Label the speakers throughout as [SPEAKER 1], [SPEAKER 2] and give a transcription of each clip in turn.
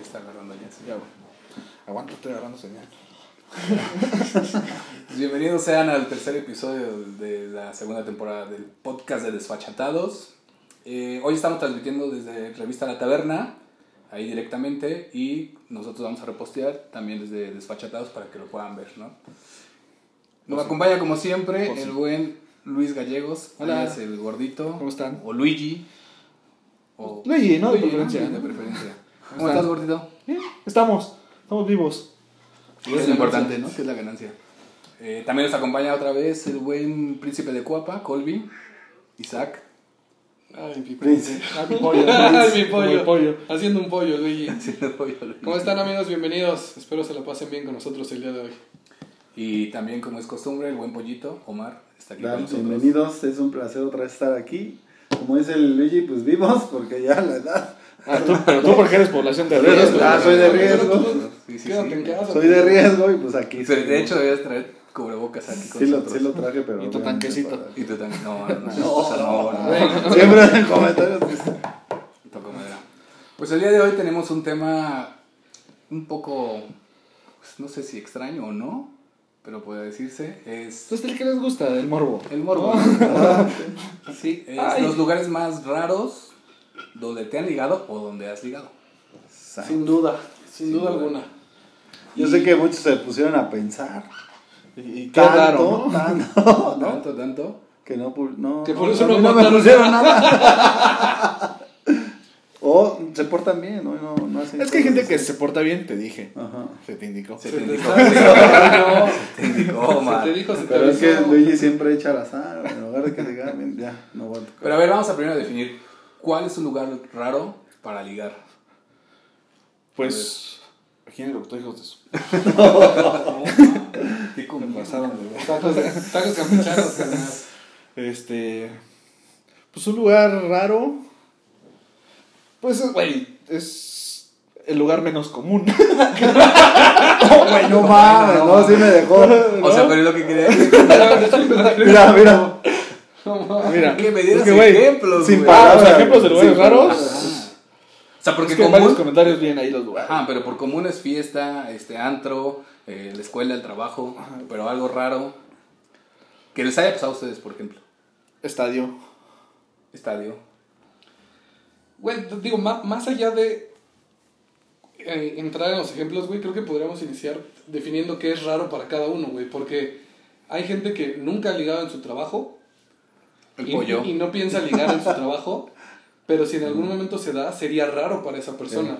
[SPEAKER 1] está agarrando ya. Sí, ya, güey. Aguanta, estoy agarrando señal. Pues Bienvenidos sean al tercer episodio de la segunda temporada del podcast de Desfachatados. Eh, hoy estamos transmitiendo desde Revista La Taberna, ahí directamente, y nosotros vamos a repostear también desde Desfachatados para que lo puedan ver, ¿no? Nos
[SPEAKER 2] Pues sí.
[SPEAKER 1] acompaña como siempre
[SPEAKER 2] Pues sí.
[SPEAKER 1] el buen Luis Gallegos,
[SPEAKER 2] Hola.
[SPEAKER 1] alias el gordito,
[SPEAKER 2] ¿Cómo están?
[SPEAKER 1] o Luigi. O
[SPEAKER 2] Luigi, ¿no? De preferencia.
[SPEAKER 1] Luigi, de preferencia. ¿Cómo
[SPEAKER 2] están?
[SPEAKER 1] estás, gordito?
[SPEAKER 2] Eh, Estamos, estamos vivos.
[SPEAKER 1] Y es lo importante, ¿no? Que es la ganancia. Eh, también nos acompaña otra vez el buen príncipe de Cuapa, Colby, Isaac.
[SPEAKER 3] Ay, mi príncipe.
[SPEAKER 2] Ah, mi pollo.
[SPEAKER 3] Ay, mi
[SPEAKER 2] Como el
[SPEAKER 3] pollo. Haciendo un pollo, Luigi. ¿Cómo están, amigos? Bienvenidos. Espero se la pasen bien con nosotros el día de hoy.
[SPEAKER 1] Y también, como es costumbre, el buen pollito, Omar, está aquí con
[SPEAKER 4] Claro,
[SPEAKER 1] nosotros.
[SPEAKER 4] bienvenidos, es un placer otra vez estar aquí. Como dice el Luigi, pues vivos, porque ya la edad.
[SPEAKER 2] Ah, tú, pero tú porque eres población de
[SPEAKER 4] Pero-
[SPEAKER 2] riesgo.
[SPEAKER 4] Ah, soy de riesgo.
[SPEAKER 1] Sí, sí, sí.
[SPEAKER 3] Quédate en casa.
[SPEAKER 4] Soy de riesgo y pues aquí.
[SPEAKER 1] Y se-
[SPEAKER 4] estoy.
[SPEAKER 1] de hecho, debías traer cubrebocas aquí con
[SPEAKER 4] sí lo,
[SPEAKER 1] nosotros.
[SPEAKER 4] sí lo traje, pero.
[SPEAKER 2] Y tu
[SPEAKER 4] obviamente
[SPEAKER 2] tanquecito.
[SPEAKER 4] para-
[SPEAKER 1] Y tú también. No, no, no. o sea, no, no.
[SPEAKER 4] Siempre en comentarios. pues,
[SPEAKER 1] Toco madera. Pues el día de hoy tenemos un tema un poco, pues, no sé si extraño o no, pero puede decirse, es
[SPEAKER 2] Entonces, ¿qué les gusta del morbo?
[SPEAKER 1] el morbo. Ah, sí, es
[SPEAKER 2] Ay.
[SPEAKER 1] los lugares más raros donde te han ligado o donde has ligado.
[SPEAKER 3] Sin duda. Sin,
[SPEAKER 1] Sin
[SPEAKER 3] duda
[SPEAKER 1] duda.
[SPEAKER 3] alguna.
[SPEAKER 4] Yo sé que muchos se pusieron a pensar.
[SPEAKER 2] Y, y qué
[SPEAKER 4] tanto,
[SPEAKER 2] raro, ¿no?
[SPEAKER 4] tanto, ¿no?
[SPEAKER 1] Tanto, tanto.
[SPEAKER 4] Que no, pu- no.
[SPEAKER 3] Que
[SPEAKER 4] no,
[SPEAKER 3] por eso
[SPEAKER 4] a
[SPEAKER 3] no
[SPEAKER 4] mí no me
[SPEAKER 3] mataron.
[SPEAKER 4] pusieron nada. o se portan bien, ¿no? No, no hacen
[SPEAKER 2] Es que hay gente
[SPEAKER 4] cosas.
[SPEAKER 2] que se porta bien, te dije.
[SPEAKER 4] Ajá.
[SPEAKER 2] Se te indicó.
[SPEAKER 1] Se
[SPEAKER 3] Se
[SPEAKER 1] te
[SPEAKER 3] te
[SPEAKER 1] indicó.
[SPEAKER 3] está-
[SPEAKER 1] Te indicó,
[SPEAKER 3] Se
[SPEAKER 1] man.
[SPEAKER 3] te dijo, se te
[SPEAKER 4] Pero es que
[SPEAKER 3] avisó.
[SPEAKER 4] Luigi siempre echa la sal. En lugar de que le ganen, ya, no aguanto.
[SPEAKER 1] Pero a ver, vamos a primero definir cuál es un lugar raro para ligar.
[SPEAKER 2] Pues, imagínate lo que tú hijos de su.
[SPEAKER 1] ¿Qué con-
[SPEAKER 2] Pasaron de ver.
[SPEAKER 3] Tacos, tacos campechanos, carnal.
[SPEAKER 2] Este. Pues un lugar raro. Pues, es- güey, es el lugar menos común.
[SPEAKER 4] Güey, no mames, no, sí me dejó.
[SPEAKER 1] O sea, pero es lo que quería decir.
[SPEAKER 4] Mira, mira.
[SPEAKER 3] No mames.
[SPEAKER 2] Ah, Mira,
[SPEAKER 1] Que me dieras
[SPEAKER 2] es que, güey,
[SPEAKER 1] ejemplos,
[SPEAKER 4] sin
[SPEAKER 1] güey.
[SPEAKER 4] pa-
[SPEAKER 2] Ah, o sea,
[SPEAKER 4] Palabras,
[SPEAKER 2] ejemplos de
[SPEAKER 4] sí,
[SPEAKER 2] lugares raros.
[SPEAKER 4] palabras.
[SPEAKER 1] O sea, porque
[SPEAKER 2] Porque es que en
[SPEAKER 1] común-
[SPEAKER 2] varios comentarios vienen ahí los lugares.
[SPEAKER 1] Ajá, Ah, pero por común es fiesta, este antro, eh, la escuela, el trabajo, pero algo raro. Que les haya pasado a ustedes, por ejemplo.
[SPEAKER 2] Estadio.
[SPEAKER 1] Estadio.
[SPEAKER 3] Güey, te digo, ma- más, allá de eh, entrar en los ejemplos, güey, creo que podríamos iniciar definiendo qué es raro para cada uno, güey, porque hay gente que nunca ha ligado en su trabajo
[SPEAKER 1] El
[SPEAKER 3] y,
[SPEAKER 1] pollo.
[SPEAKER 3] y no piensa ligar en su trabajo, pero si en algún momento se da, sería raro para esa persona.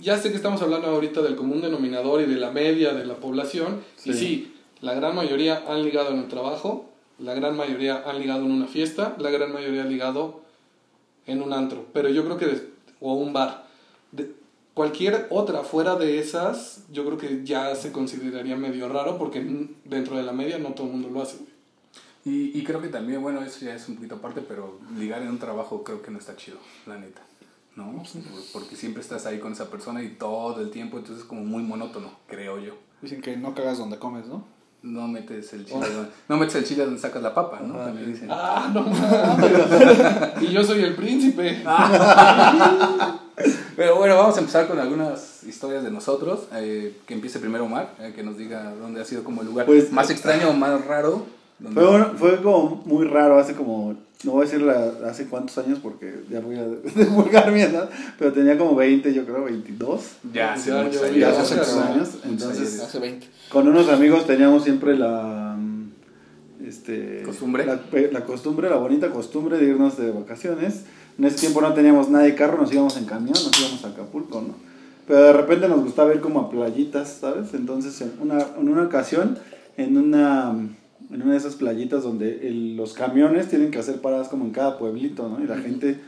[SPEAKER 3] Ya sé que estamos hablando ahorita del común denominador y de la media de la población, y
[SPEAKER 4] Sí.
[SPEAKER 3] sí, la gran mayoría han ligado en un trabajo, la gran mayoría han ligado en una fiesta, la gran mayoría han ligado en un antro, pero yo creo que, des- o un bar. De- cualquier otra fuera de esas, yo creo que ya se consideraría medio raro porque n- dentro de la media no todo el mundo lo hace. güey.
[SPEAKER 1] Y, y creo que también, bueno, eso ya es un poquito aparte, pero ligar en un trabajo creo que no está chido, la neta. ¿No? Por- Porque siempre estás ahí con esa persona y todo el tiempo, entonces es como muy monótono, creo yo.
[SPEAKER 2] Dicen que no cagas donde comes, ¿no?
[SPEAKER 1] No metes el
[SPEAKER 3] Oh.
[SPEAKER 1] chile, donde, no metes el chile donde sacas la papa, ¿no?
[SPEAKER 4] Ajá,
[SPEAKER 1] También
[SPEAKER 4] sí.
[SPEAKER 1] dicen.
[SPEAKER 3] Ah, no mames. y yo soy el príncipe.
[SPEAKER 1] Pero bueno, vamos a empezar con algunas historias de nosotros. Eh, que empiece primero Omar, eh, que nos diga dónde ha sido como el lugar
[SPEAKER 4] Pues-
[SPEAKER 2] eh,
[SPEAKER 1] más extraño o más raro. donde-
[SPEAKER 4] Fue, un- fue como muy raro, hace como, no voy a decir la- hace cuántos años porque ya voy a divulgar mi edad, pero tenía como 20, yo creo, 22.
[SPEAKER 1] Ya, hace
[SPEAKER 3] Ya,
[SPEAKER 1] Pues, muchos
[SPEAKER 3] yo-
[SPEAKER 1] años.
[SPEAKER 4] Ya
[SPEAKER 3] hace
[SPEAKER 4] hace
[SPEAKER 3] muchos
[SPEAKER 4] muchos años.
[SPEAKER 1] Muchos
[SPEAKER 4] Entonces,
[SPEAKER 1] años.
[SPEAKER 3] 20.
[SPEAKER 4] con unos amigos teníamos siempre la. mm, Este,
[SPEAKER 1] Costumbre.
[SPEAKER 4] La, pe- la costumbre, la bonita costumbre de irnos de vacaciones. En ese tiempo no teníamos nada de carro, nos íbamos en camión, nos íbamos a Acapulco, ¿no? Pero de repente nos gustaba ir como a playitas, ¿sabes? Entonces, en una, en una ocasión, en una, en una de esas playitas donde el- los camiones tienen que hacer paradas como en cada pueblito, ¿no? Y la gente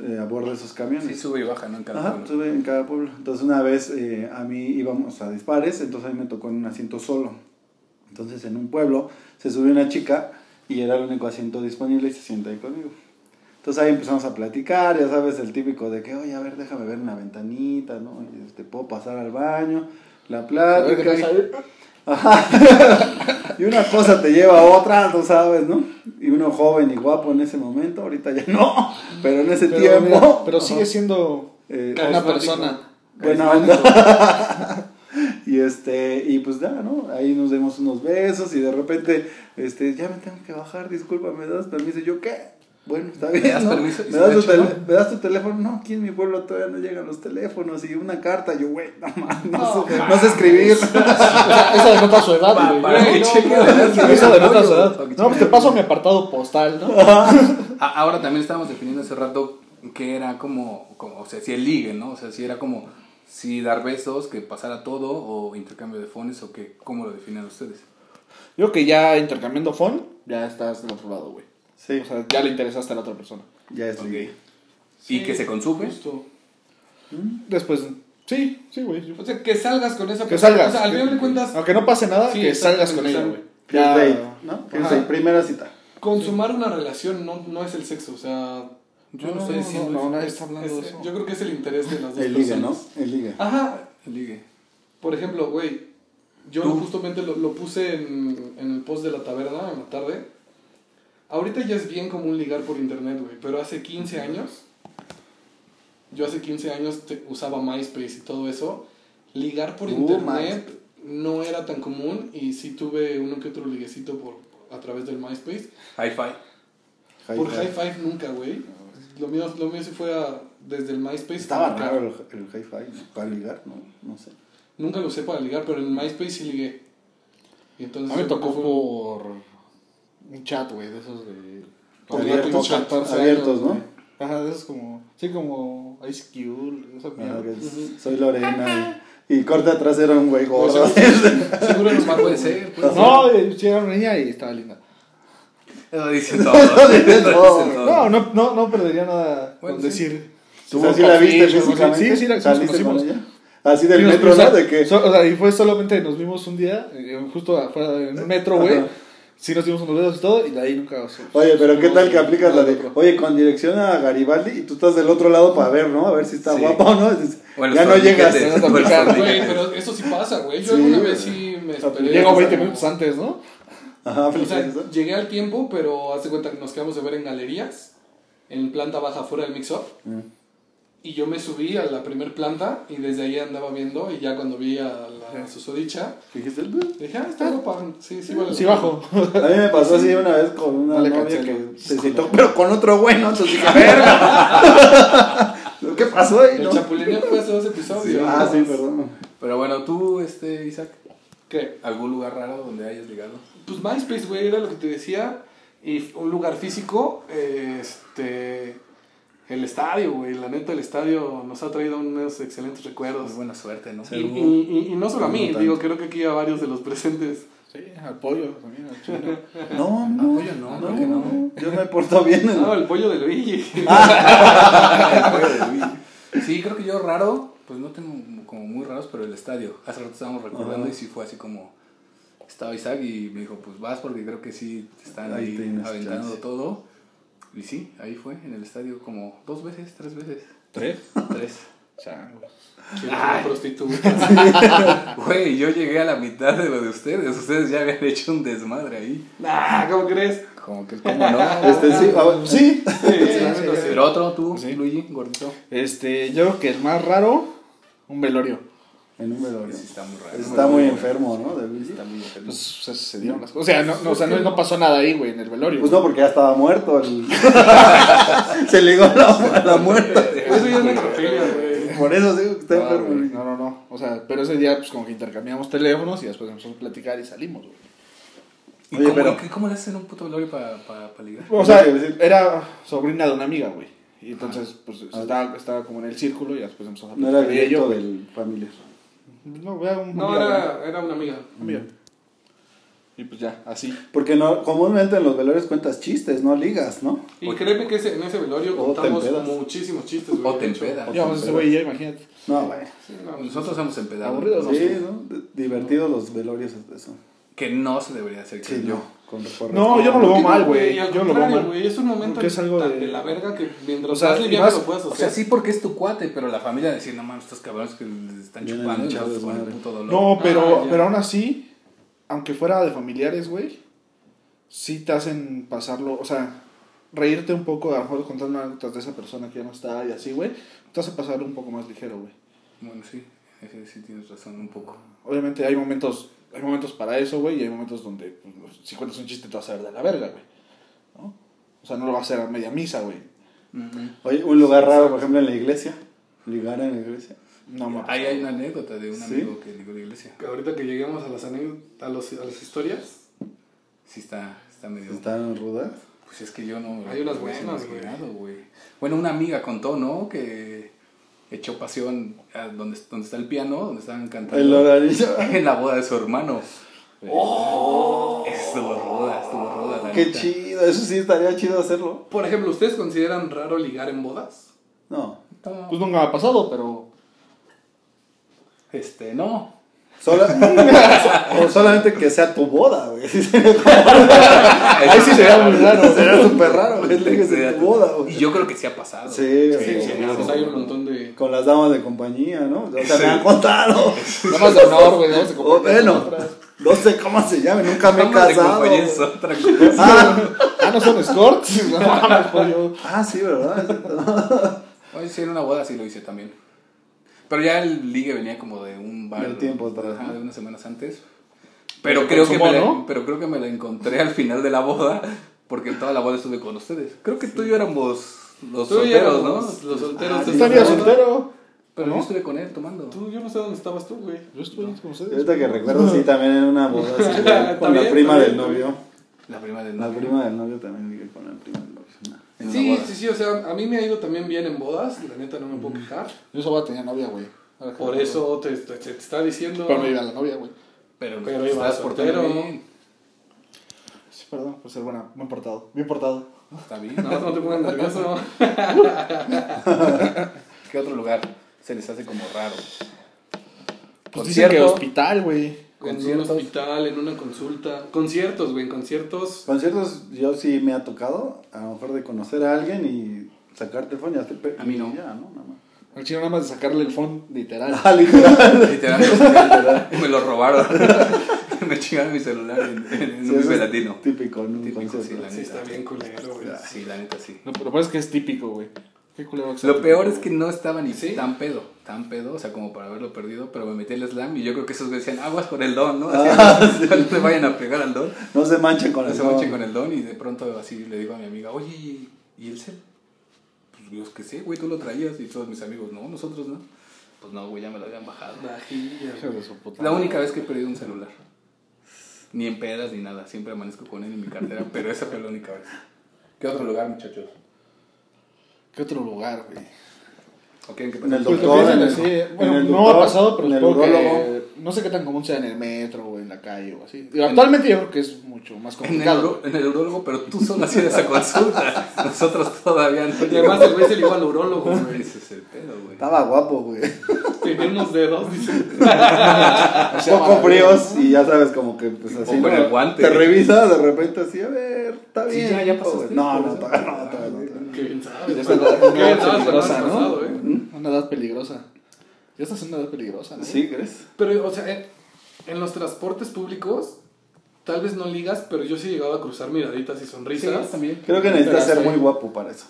[SPEAKER 4] eh, aborda esos camiones.
[SPEAKER 1] Sí, sube y baja, ¿no? En cada
[SPEAKER 4] Ajá,
[SPEAKER 1] pueblo.
[SPEAKER 4] estuve en cada pueblo. Entonces una vez eh, a mí íbamos a dispares, entonces a mí me tocó en un asiento solo. Entonces en un pueblo se subió una chica y era el único asiento disponible y se sienta ahí conmigo. Entonces ahí empezamos a platicar, ya sabes, el típico de que, oye, a ver, déjame ver en la ventanita, ¿no? Y, Este, puedo pasar al baño, la plática. y- Ajá. y una cosa te lleva a otra, tú sabes, ¿no? Y uno joven y guapo en ese momento, ahorita ya no, pero en ese
[SPEAKER 2] Pero,
[SPEAKER 4] tiempo.
[SPEAKER 2] mira, pero sigue
[SPEAKER 4] Ajá.
[SPEAKER 2] siendo
[SPEAKER 4] Eh,
[SPEAKER 2] una
[SPEAKER 3] Carismático.
[SPEAKER 2] persona.
[SPEAKER 4] Buena onda. Y este, y pues ya, ¿no? Ahí nos demos unos besos y de repente, este, ya me tengo que bajar, disculpa, ¿me das permiso? Y yo, ¿qué? Bueno, está bien.
[SPEAKER 1] das
[SPEAKER 4] ¿no?
[SPEAKER 1] permiso? ¿Y
[SPEAKER 4] ¿Me
[SPEAKER 1] se
[SPEAKER 4] das,
[SPEAKER 1] me
[SPEAKER 4] tu
[SPEAKER 1] echó,
[SPEAKER 4] tele-
[SPEAKER 1] no?
[SPEAKER 4] ¿Me das tu teléfono? No, aquí en mi pueblo todavía no llegan los teléfonos y una carta. Yo, güey, no mames, no, sé- no sé escribir.
[SPEAKER 2] Esa denota su edad,
[SPEAKER 1] Pa-
[SPEAKER 2] güey.
[SPEAKER 1] para que
[SPEAKER 3] no,
[SPEAKER 1] cheque
[SPEAKER 3] no,
[SPEAKER 1] la-
[SPEAKER 2] Esa denota su edad.
[SPEAKER 1] Para que
[SPEAKER 2] No, pues
[SPEAKER 1] cheque
[SPEAKER 2] te
[SPEAKER 1] la-
[SPEAKER 2] paso mi apartado postal, ¿no?
[SPEAKER 1] A- Ahora también estábamos definiendo hace rato que era como, como, o sea, si el ligue, ¿no? O sea, si era como, si dar besos, que pasara todo, o intercambio de fones, o que, ¿cómo lo definen ustedes?
[SPEAKER 2] Yo que ya intercambiando phone, ya estás del otro lado, güey.
[SPEAKER 4] Sí,
[SPEAKER 2] O sea, ya le interesaste a la otra persona.
[SPEAKER 4] ya es
[SPEAKER 1] Ok.
[SPEAKER 4] ligue.
[SPEAKER 1] y que se consume.
[SPEAKER 3] Justo.
[SPEAKER 2] Después, sí, sí, güey.
[SPEAKER 3] O sea, que salgas con esa
[SPEAKER 2] Que Ah, salgas.
[SPEAKER 3] O sea, al final de cuentas,
[SPEAKER 2] Aunque no pase nada,
[SPEAKER 3] Sí,
[SPEAKER 2] que salgas con
[SPEAKER 3] exactamente,
[SPEAKER 2] ella,
[SPEAKER 3] que
[SPEAKER 2] güey.
[SPEAKER 4] First
[SPEAKER 2] Ya,
[SPEAKER 4] date, ¿no? First
[SPEAKER 3] Ajá.
[SPEAKER 4] date, primera cita.
[SPEAKER 3] consumar una relación no, no es el sexo. O sea,
[SPEAKER 1] Yo no estoy diciendo
[SPEAKER 2] No,
[SPEAKER 1] eso.
[SPEAKER 2] nadie está hablando de
[SPEAKER 3] es-
[SPEAKER 2] eso.
[SPEAKER 3] yo creo que es el interés de las dos
[SPEAKER 4] El
[SPEAKER 3] personas.
[SPEAKER 4] ligue, ¿no? El ligue.
[SPEAKER 3] Ajá.
[SPEAKER 1] El ligue.
[SPEAKER 3] Por ejemplo, güey, yo justamente lo, lo puse en, en el post de la taberna en la tarde. Ahorita ya es bien común ligar por internet, güey, pero hace 15 años, yo hace 15 años te- usaba MySpace y todo eso. Ligar por
[SPEAKER 4] Uh,
[SPEAKER 3] internet no era tan común y sí tuve uno que otro liguecito por, a través del MySpace.
[SPEAKER 1] Hi-Fi.
[SPEAKER 4] High
[SPEAKER 3] por
[SPEAKER 4] five.
[SPEAKER 3] High Five nunca, güey. Lo mío, lo mío sí fue a- desde el MySpace.
[SPEAKER 4] Estaba
[SPEAKER 3] nunca.
[SPEAKER 4] raro el, el high five ¿no? para ligar, no, no sé.
[SPEAKER 3] Nunca lo usé para ligar, pero en MySpace sí ligué. Y entonces
[SPEAKER 2] A mí me
[SPEAKER 3] yo creo que
[SPEAKER 2] tocó
[SPEAKER 3] fue-
[SPEAKER 2] por un chat, güey, de esos de...
[SPEAKER 3] Por
[SPEAKER 2] Tenía como
[SPEAKER 3] abiertos,
[SPEAKER 2] 14 años,
[SPEAKER 4] abiertos, ¿no?
[SPEAKER 2] güey. Ajá, de esos como... Sí, como Ice Cube, esa
[SPEAKER 4] Ah,
[SPEAKER 2] mierda.
[SPEAKER 4] que es- Soy Lorena y, y corte atrás era un güey
[SPEAKER 3] Pues,
[SPEAKER 4] gordo.
[SPEAKER 3] seguro- seguro nos marcó
[SPEAKER 1] Puede
[SPEAKER 3] de
[SPEAKER 1] ser, pues. puede ser.
[SPEAKER 2] No, eh, sí, era una niña y estaba linda.
[SPEAKER 1] Eso dicen todos. Eso dicen
[SPEAKER 4] No,
[SPEAKER 1] todos.
[SPEAKER 2] No, no, no, no perdería nada
[SPEAKER 1] Bueno,
[SPEAKER 2] con
[SPEAKER 1] sí.
[SPEAKER 2] decir...
[SPEAKER 4] ¿Tú
[SPEAKER 2] Sí,
[SPEAKER 4] sí la viste
[SPEAKER 2] sí,
[SPEAKER 4] físicamente?
[SPEAKER 2] sí, sí, la- sí,
[SPEAKER 4] ¿Saliste
[SPEAKER 2] nos
[SPEAKER 4] con
[SPEAKER 2] conocimos.
[SPEAKER 4] ella? Así del
[SPEAKER 2] Y nos-
[SPEAKER 4] metro,
[SPEAKER 2] o sea,
[SPEAKER 4] ¿no? De que...
[SPEAKER 2] so- o sea, y fue solamente nos vimos un día, eh, justo afuera de un metro, güey.
[SPEAKER 4] Ajá.
[SPEAKER 2] Sí nos dimos unos dedos y todo, y de ahí nunca... o sea,
[SPEAKER 4] Oye, pero ¿qué
[SPEAKER 2] no,
[SPEAKER 4] tal
[SPEAKER 2] sí,
[SPEAKER 4] que aplicas la de,
[SPEAKER 2] otro.
[SPEAKER 4] oye, con dirección a Garibaldi y tú estás del otro lado para ver, ¿no? A ver si está
[SPEAKER 1] Sí.
[SPEAKER 4] guapa o no. Dices,
[SPEAKER 1] O en los
[SPEAKER 4] ya no llegas.
[SPEAKER 1] torniquetes,
[SPEAKER 2] ya no
[SPEAKER 1] o en los
[SPEAKER 2] aplicaron,
[SPEAKER 3] Güey,
[SPEAKER 1] torniquetes.
[SPEAKER 3] pero eso sí pasa, güey. Yo
[SPEAKER 4] Sí,
[SPEAKER 3] alguna
[SPEAKER 4] güey.
[SPEAKER 3] vez sí me esperé.
[SPEAKER 2] Llego
[SPEAKER 4] pues,
[SPEAKER 3] como-
[SPEAKER 4] eh,
[SPEAKER 2] 20 minutos antes, ¿no?
[SPEAKER 4] Ajá,
[SPEAKER 3] O
[SPEAKER 4] fíjate
[SPEAKER 3] sea,
[SPEAKER 4] eso.
[SPEAKER 3] llegué al tiempo, pero hace cuenta que nos quedamos de ver en galerías, en planta baja fuera del mix-up. Y yo me subí a la primer planta y desde ahí andaba viendo. Y ya cuando vi a la susodicha,
[SPEAKER 4] Dijiste, "Buh".
[SPEAKER 3] dije, ah, está guapa. Sí, sí, vale.
[SPEAKER 2] Sí, bajo.
[SPEAKER 4] a mí me pasó así una vez con una
[SPEAKER 2] No le
[SPEAKER 4] novia
[SPEAKER 2] cancelo.
[SPEAKER 4] que se citó, pero con otro güey, ¿no? Entonces dije, verga. ¿Qué pasó ahí,
[SPEAKER 3] El
[SPEAKER 4] no?
[SPEAKER 3] chapulineo fue hace dos episodios.
[SPEAKER 4] Sí, ah, sí, perdón.
[SPEAKER 1] Pero bueno, tú, este, Isaac,
[SPEAKER 3] ¿Qué?
[SPEAKER 1] ¿algún lugar raro donde hayas ligado?
[SPEAKER 3] Pues MySpace, güey, era lo que te decía. Y un lugar físico, eh, este. El estadio, güey. La neta, el estadio nos ha traído unos excelentes recuerdos.
[SPEAKER 1] Muy buena suerte, ¿no?
[SPEAKER 3] y, y- y- y no solo a mí,
[SPEAKER 4] Seguro.
[SPEAKER 3] digo, creo que aquí a varios de los presentes.
[SPEAKER 2] Sí, al pollo también, al chino.
[SPEAKER 4] No, no,
[SPEAKER 1] pollo no,
[SPEAKER 4] no,
[SPEAKER 1] ¿por qué no?
[SPEAKER 4] Yo me porto bien. en-
[SPEAKER 3] No, el pollo de Luigi.
[SPEAKER 1] Sí, creo que yo raro, pues no tengo como muy raros, pero el estadio. Hace rato estábamos recordando
[SPEAKER 4] Ajá.
[SPEAKER 1] y sí fue así como estaba Isaac y me dijo, pues vas porque creo que sí te están
[SPEAKER 4] Ahí
[SPEAKER 1] ahí
[SPEAKER 4] tienes
[SPEAKER 1] aventando
[SPEAKER 4] chance.
[SPEAKER 1] todo. Y sí, ahí fue, en el estadio como dos veces, tres veces,
[SPEAKER 2] ¿Tres?
[SPEAKER 1] tres.
[SPEAKER 2] Chango.
[SPEAKER 3] Que era una prostituta.
[SPEAKER 1] Güey, yo llegué a la mitad de lo de ustedes, ustedes ya habían hecho un desmadre ahí.
[SPEAKER 3] nah, ¿cómo crees?
[SPEAKER 1] Como que, ¿cómo no?
[SPEAKER 4] Este, sí, a ver, sí.
[SPEAKER 1] Pero otro, tú,
[SPEAKER 2] Sí.
[SPEAKER 1] Luigi, gordito.
[SPEAKER 2] Este, yo creo que el más raro, un velorio.
[SPEAKER 4] En un velorio.
[SPEAKER 1] Ese sí está muy raro.
[SPEAKER 4] Está muy enfermo, ¿no? De Luigi.
[SPEAKER 2] Pues se, se dieron las cosas. O sea, no, no, o sea, no, no pasó nada ahí, güey, en el velorio.
[SPEAKER 4] Pues no, porque ya estaba muerto. el- Se ligó a la, a la muerta.
[SPEAKER 3] Eso ya es necrofilia, güey.
[SPEAKER 4] Por eso digo que está
[SPEAKER 2] No,
[SPEAKER 4] enfermo.
[SPEAKER 2] güey, no, no, no. O sea, pero ese día, pues como que intercambiamos teléfonos y después empezamos a platicar y salimos, güey.
[SPEAKER 1] ¿Y
[SPEAKER 4] Oye,
[SPEAKER 1] cómo,
[SPEAKER 4] pero-
[SPEAKER 1] ¿qué- cómo le hacen un puto velorio para pa, pa ligar?
[SPEAKER 2] O sea, era sobrina de una amiga, güey. Y entonces, pues estaba, estaba como en el círculo y después empezamos a
[SPEAKER 4] No era el
[SPEAKER 2] platicar. y
[SPEAKER 4] directo
[SPEAKER 2] yo, güey,
[SPEAKER 4] del familiar.
[SPEAKER 2] No, era un
[SPEAKER 3] No,
[SPEAKER 2] amigo,
[SPEAKER 3] era, era una amiga.
[SPEAKER 2] güey, amigo. Y pues ya, así.
[SPEAKER 4] Porque no, comúnmente en los velorios cuentas chistes, no ligas, ¿no?
[SPEAKER 3] Y créeme que ese- en ese velorio
[SPEAKER 4] O te
[SPEAKER 3] contamos
[SPEAKER 4] empedas.
[SPEAKER 3] muchísimos chistes, güey.
[SPEAKER 1] O te
[SPEAKER 3] de hecho.
[SPEAKER 1] empedas.
[SPEAKER 2] Ya, pues, ese güey, ya, imagínate.
[SPEAKER 4] No, güey.
[SPEAKER 3] Sí, no,
[SPEAKER 1] Nosotros hemos empedado.
[SPEAKER 2] Aburrido, ¿no?
[SPEAKER 4] Sí, ¿no? D- Divertidos los velorios hasta eso.
[SPEAKER 1] Que no se debería hacer, creo yo.
[SPEAKER 4] Con, con
[SPEAKER 2] No, yo no lo veo mal, güey.
[SPEAKER 3] al
[SPEAKER 2] Yo no lo veo
[SPEAKER 3] contrario,
[SPEAKER 2] mal.
[SPEAKER 3] güey, Es un momento
[SPEAKER 2] Porque es algo
[SPEAKER 3] tan
[SPEAKER 2] de-
[SPEAKER 3] de... la verga que mientras
[SPEAKER 2] O sea,
[SPEAKER 3] más
[SPEAKER 2] y
[SPEAKER 3] liviano
[SPEAKER 2] más-
[SPEAKER 3] lo puedas
[SPEAKER 1] O sea,
[SPEAKER 3] hacer.
[SPEAKER 1] sí porque es tu cuate, pero la familia decir, no mames, estos cabrones que les están
[SPEAKER 4] Vienen
[SPEAKER 1] chupando y les
[SPEAKER 4] echados de
[SPEAKER 1] ponen
[SPEAKER 4] madre.
[SPEAKER 1] puto dolor.
[SPEAKER 2] No, pero,
[SPEAKER 3] Ah, ya.
[SPEAKER 2] pero aún así, aunque fuera de familiares, güey, sí te hacen pasarlo, o sea, reírte un poco, a lo mejor contando anécdotas de esa persona que ya no está y así, güey, te hace pasarlo un poco más ligero, güey.
[SPEAKER 1] Bueno, sí, ese sí tienes razón un poco.
[SPEAKER 2] Obviamente hay momentos, hay momentos para eso, güey, y hay momentos donde pues, si cuentas un chiste te vas a ver de la verga, güey. ¿No? O sea, no lo vas a hacer a media misa, güey.
[SPEAKER 4] Oye, un lugar raro, por ejemplo, en la iglesia. Ligar en la iglesia.
[SPEAKER 2] No mames.
[SPEAKER 1] Ahí hay una anécdota de un
[SPEAKER 4] ¿Sí?
[SPEAKER 1] amigo que ligó a la iglesia.
[SPEAKER 3] Que ahorita que lleguemos a las, anécdotas- a los- a las historias,
[SPEAKER 1] Sí está, está medio...
[SPEAKER 4] ¿Están rudas?
[SPEAKER 1] Pues es que yo no...
[SPEAKER 3] Hay unas
[SPEAKER 1] no hubiese
[SPEAKER 3] buenas, güey.
[SPEAKER 1] imaginado, güey. Bueno, una amiga contó, ¿no? Que echó pasión a donde, donde está el piano, donde estaban cantando.
[SPEAKER 4] El horario.
[SPEAKER 1] en la boda de su hermano. ¡Oh! Estuvo ruda, estuvo ruda. la
[SPEAKER 4] Qué
[SPEAKER 1] neta.
[SPEAKER 4] chido. Eso sí estaría chido hacerlo.
[SPEAKER 3] por ejemplo, ¿ustedes consideran raro ligar en bodas?
[SPEAKER 4] No.
[SPEAKER 1] No,
[SPEAKER 2] Pues nunca me ha pasado, pero.
[SPEAKER 1] Este, no.
[SPEAKER 4] Sola- o solamente que sea tu boda, güey.
[SPEAKER 2] Ahí sí sería muy raro.
[SPEAKER 4] Sería súper raro, güey.
[SPEAKER 1] Sí,
[SPEAKER 4] Ligues en
[SPEAKER 1] sí.
[SPEAKER 4] tu boda, güey.
[SPEAKER 1] Y yo creo que sí ha pasado.
[SPEAKER 4] Sí, güey.
[SPEAKER 1] Sí, sí,
[SPEAKER 3] Pues
[SPEAKER 1] claro.
[SPEAKER 3] hay un montón de...
[SPEAKER 4] Con las damas de compañía, ¿no? O sea, me han contado.
[SPEAKER 2] Nada más de honor, güey. nada más de
[SPEAKER 4] O,
[SPEAKER 2] compartir
[SPEAKER 4] bueno,
[SPEAKER 2] con otras.
[SPEAKER 4] no sé cómo se llame, nunca me he
[SPEAKER 1] Damas de
[SPEAKER 4] casado.
[SPEAKER 1] compañía
[SPEAKER 4] güey.
[SPEAKER 1] es otra cosa.
[SPEAKER 4] Ah,
[SPEAKER 2] Ah, no son escorts. No pues, mames, pollo.
[SPEAKER 4] ah, sí, ¿verdad?
[SPEAKER 1] Oye, sí, en una boda sí lo hice también. Pero ya el ligue venía como de un bar.
[SPEAKER 4] Del tiempo
[SPEAKER 1] ¿no?
[SPEAKER 4] atrás,
[SPEAKER 1] Ajá,
[SPEAKER 4] ¿no?
[SPEAKER 1] de unas semanas antes. Pero
[SPEAKER 2] Se
[SPEAKER 1] creo, que me
[SPEAKER 2] consumó,
[SPEAKER 1] la,
[SPEAKER 2] ¿no?
[SPEAKER 1] pero creo que me la encontré al final de la boda, porque en toda la boda estuve con ustedes. Creo que tú y yo éramos los
[SPEAKER 3] Tú y
[SPEAKER 1] solteros,
[SPEAKER 3] éramos
[SPEAKER 1] ¿no?
[SPEAKER 3] Los solteros. de
[SPEAKER 4] Ah, yo
[SPEAKER 2] Yo
[SPEAKER 3] esta
[SPEAKER 2] estaría
[SPEAKER 3] boda.
[SPEAKER 2] soltero.
[SPEAKER 1] Pero
[SPEAKER 2] ¿No?
[SPEAKER 1] yo estuve con él tomando.
[SPEAKER 3] Tú, yo no sé dónde estabas tú, güey.
[SPEAKER 2] Yo estoy con ustedes.
[SPEAKER 4] Ahorita que recuerdo, sí, también en una boda así, güey, con la
[SPEAKER 3] También,
[SPEAKER 4] prima
[SPEAKER 3] también,
[SPEAKER 4] del novio.
[SPEAKER 1] La prima del
[SPEAKER 4] La
[SPEAKER 1] novio.
[SPEAKER 4] prima del novio también vive con la prima del novio.
[SPEAKER 1] En una
[SPEAKER 3] Sí,
[SPEAKER 1] boda.
[SPEAKER 3] sí, sí, o sea, a mí me ha ido también bien en bodas, la neta no me puedo quejar.
[SPEAKER 2] Yo solo tenía novia, güey. Ahora que
[SPEAKER 3] Por
[SPEAKER 2] me acuerdo.
[SPEAKER 3] eso te, te- te está diciendo...
[SPEAKER 2] Pero me iba a la novia, güey.
[SPEAKER 1] Pues Pero,
[SPEAKER 3] Pero
[SPEAKER 1] te
[SPEAKER 3] iba
[SPEAKER 1] estás
[SPEAKER 3] soltero.
[SPEAKER 1] portando bien.
[SPEAKER 2] Sí, perdón por ser buena. Bien portado. Bien portado.
[SPEAKER 1] Está bien.
[SPEAKER 3] No, no te pongas nervioso.
[SPEAKER 1] ¿Qué otro lugar se les hace como raro?
[SPEAKER 2] Pues dicen que
[SPEAKER 1] Concierto.
[SPEAKER 2] hospital, güey.
[SPEAKER 3] En un
[SPEAKER 1] Conciertos.
[SPEAKER 3] hospital, en una consulta. Conciertos, güey, en conciertos.
[SPEAKER 4] Conciertos, yo sí me ha tocado, a lo mejor de conocer a alguien y sacarte el phone y hacer pe-
[SPEAKER 1] A mí no.
[SPEAKER 4] y Ya, ¿no? Nada más.
[SPEAKER 2] Al chino nada más de sacarle el phone, literal.
[SPEAKER 4] Ah, literal.
[SPEAKER 1] Literal, literal. me lo robaron. me chingaron mi celular en, en, en
[SPEAKER 4] Sí,
[SPEAKER 1] un
[SPEAKER 4] eso
[SPEAKER 1] Vive
[SPEAKER 4] es
[SPEAKER 1] Latino.
[SPEAKER 4] Típico, ¿no? Un
[SPEAKER 1] Típico,
[SPEAKER 4] concierto.
[SPEAKER 1] sí, la
[SPEAKER 3] Sí, está bien culero, güey.
[SPEAKER 1] Sí, la neta sí.
[SPEAKER 2] Lo, lo peor pues es que es típico, güey. Qué culero que sea
[SPEAKER 1] Lo
[SPEAKER 2] típico,
[SPEAKER 1] peor
[SPEAKER 2] güey.
[SPEAKER 1] es que no estaba ni
[SPEAKER 3] ¿Sí?
[SPEAKER 1] tan pedo, tan pedo, o sea, como para haberlo perdido, pero me metí al slam y yo creo que esos güeyes decían, aguas con el don, ¿no? Así, no, te vayan a pegar al don.
[SPEAKER 4] No se manchan
[SPEAKER 1] Ah,
[SPEAKER 4] con
[SPEAKER 1] No
[SPEAKER 4] el
[SPEAKER 1] se
[SPEAKER 4] phone.
[SPEAKER 1] manchen con el don y de pronto así le digo a mi amiga, oye, ¿y- ¿y el cel? Pues Dios que sé, güey, tú lo traías y todos mis amigos, no, nosotros no. Pues no, güey, ya me lo habían bajado.
[SPEAKER 3] Vajilla,
[SPEAKER 2] Hijo
[SPEAKER 3] güey.
[SPEAKER 2] de su puta
[SPEAKER 1] La
[SPEAKER 2] madre.
[SPEAKER 1] única vez que he perdido un celular. Ni en pedas ni nada, siempre amanezco con él en mi cartera, pero esa fue la única vez. ¿Qué otro lugar, muchachos?
[SPEAKER 2] ¿Qué otro lugar, güey?
[SPEAKER 1] ¿O quieren que
[SPEAKER 4] En el
[SPEAKER 2] Pues
[SPEAKER 1] pasemos?
[SPEAKER 2] lo piensan
[SPEAKER 4] doctor, en el-
[SPEAKER 2] así,
[SPEAKER 4] en
[SPEAKER 2] Bueno,
[SPEAKER 4] el
[SPEAKER 2] no
[SPEAKER 4] doctor,
[SPEAKER 2] ha pasado, pero
[SPEAKER 4] en el
[SPEAKER 2] supongo que.
[SPEAKER 4] urólogo.
[SPEAKER 2] No sé qué tan común sea en el metro o en la calle o así. Digo, actualmente yo creo que es mucho más
[SPEAKER 1] En el,
[SPEAKER 2] complicado.
[SPEAKER 1] uro- en el urólogo, pero tú solo hacías esa consulta. Nosotros todavía no.
[SPEAKER 3] Y además el güey se le iba al urólogo, güey.
[SPEAKER 1] Ese es el pedo, güey.
[SPEAKER 4] Estaba guapo, güey.
[SPEAKER 3] Tenía unos dedos, dice.
[SPEAKER 2] O sea,
[SPEAKER 4] Poco
[SPEAKER 2] maravilla.
[SPEAKER 4] fríos y ya sabes, como que pues así.
[SPEAKER 1] O con
[SPEAKER 4] ¿no?
[SPEAKER 1] el guante.
[SPEAKER 4] Te revisa de repente así, a ver, está
[SPEAKER 1] Sí,
[SPEAKER 4] bien.
[SPEAKER 1] ya- ya
[SPEAKER 4] güey.
[SPEAKER 1] pasaste.
[SPEAKER 4] No,
[SPEAKER 1] Por
[SPEAKER 4] no,
[SPEAKER 1] eso.
[SPEAKER 4] todavía no, todavía no, todavía no.
[SPEAKER 3] Qué bien sabes.
[SPEAKER 2] Ya está
[SPEAKER 3] güey.
[SPEAKER 2] en una
[SPEAKER 3] Qué bien
[SPEAKER 2] edad
[SPEAKER 3] sabes,
[SPEAKER 2] peligrosa,
[SPEAKER 3] Fernando,
[SPEAKER 2] ¿no?
[SPEAKER 3] pasado, eh.
[SPEAKER 2] Una edad peligrosa. Ya estás en una edad peligrosa, ¿no?
[SPEAKER 4] ¿Sí crees?
[SPEAKER 3] Pero, o sea, en, en los transportes públicos, tal vez no ligas, pero yo sí he llegado a cruzar miraditas y
[SPEAKER 1] Sí,
[SPEAKER 3] sonrisas.
[SPEAKER 1] también.
[SPEAKER 4] Creo que
[SPEAKER 3] Pero
[SPEAKER 4] necesitas ser
[SPEAKER 3] estoy-
[SPEAKER 4] muy guapo para eso.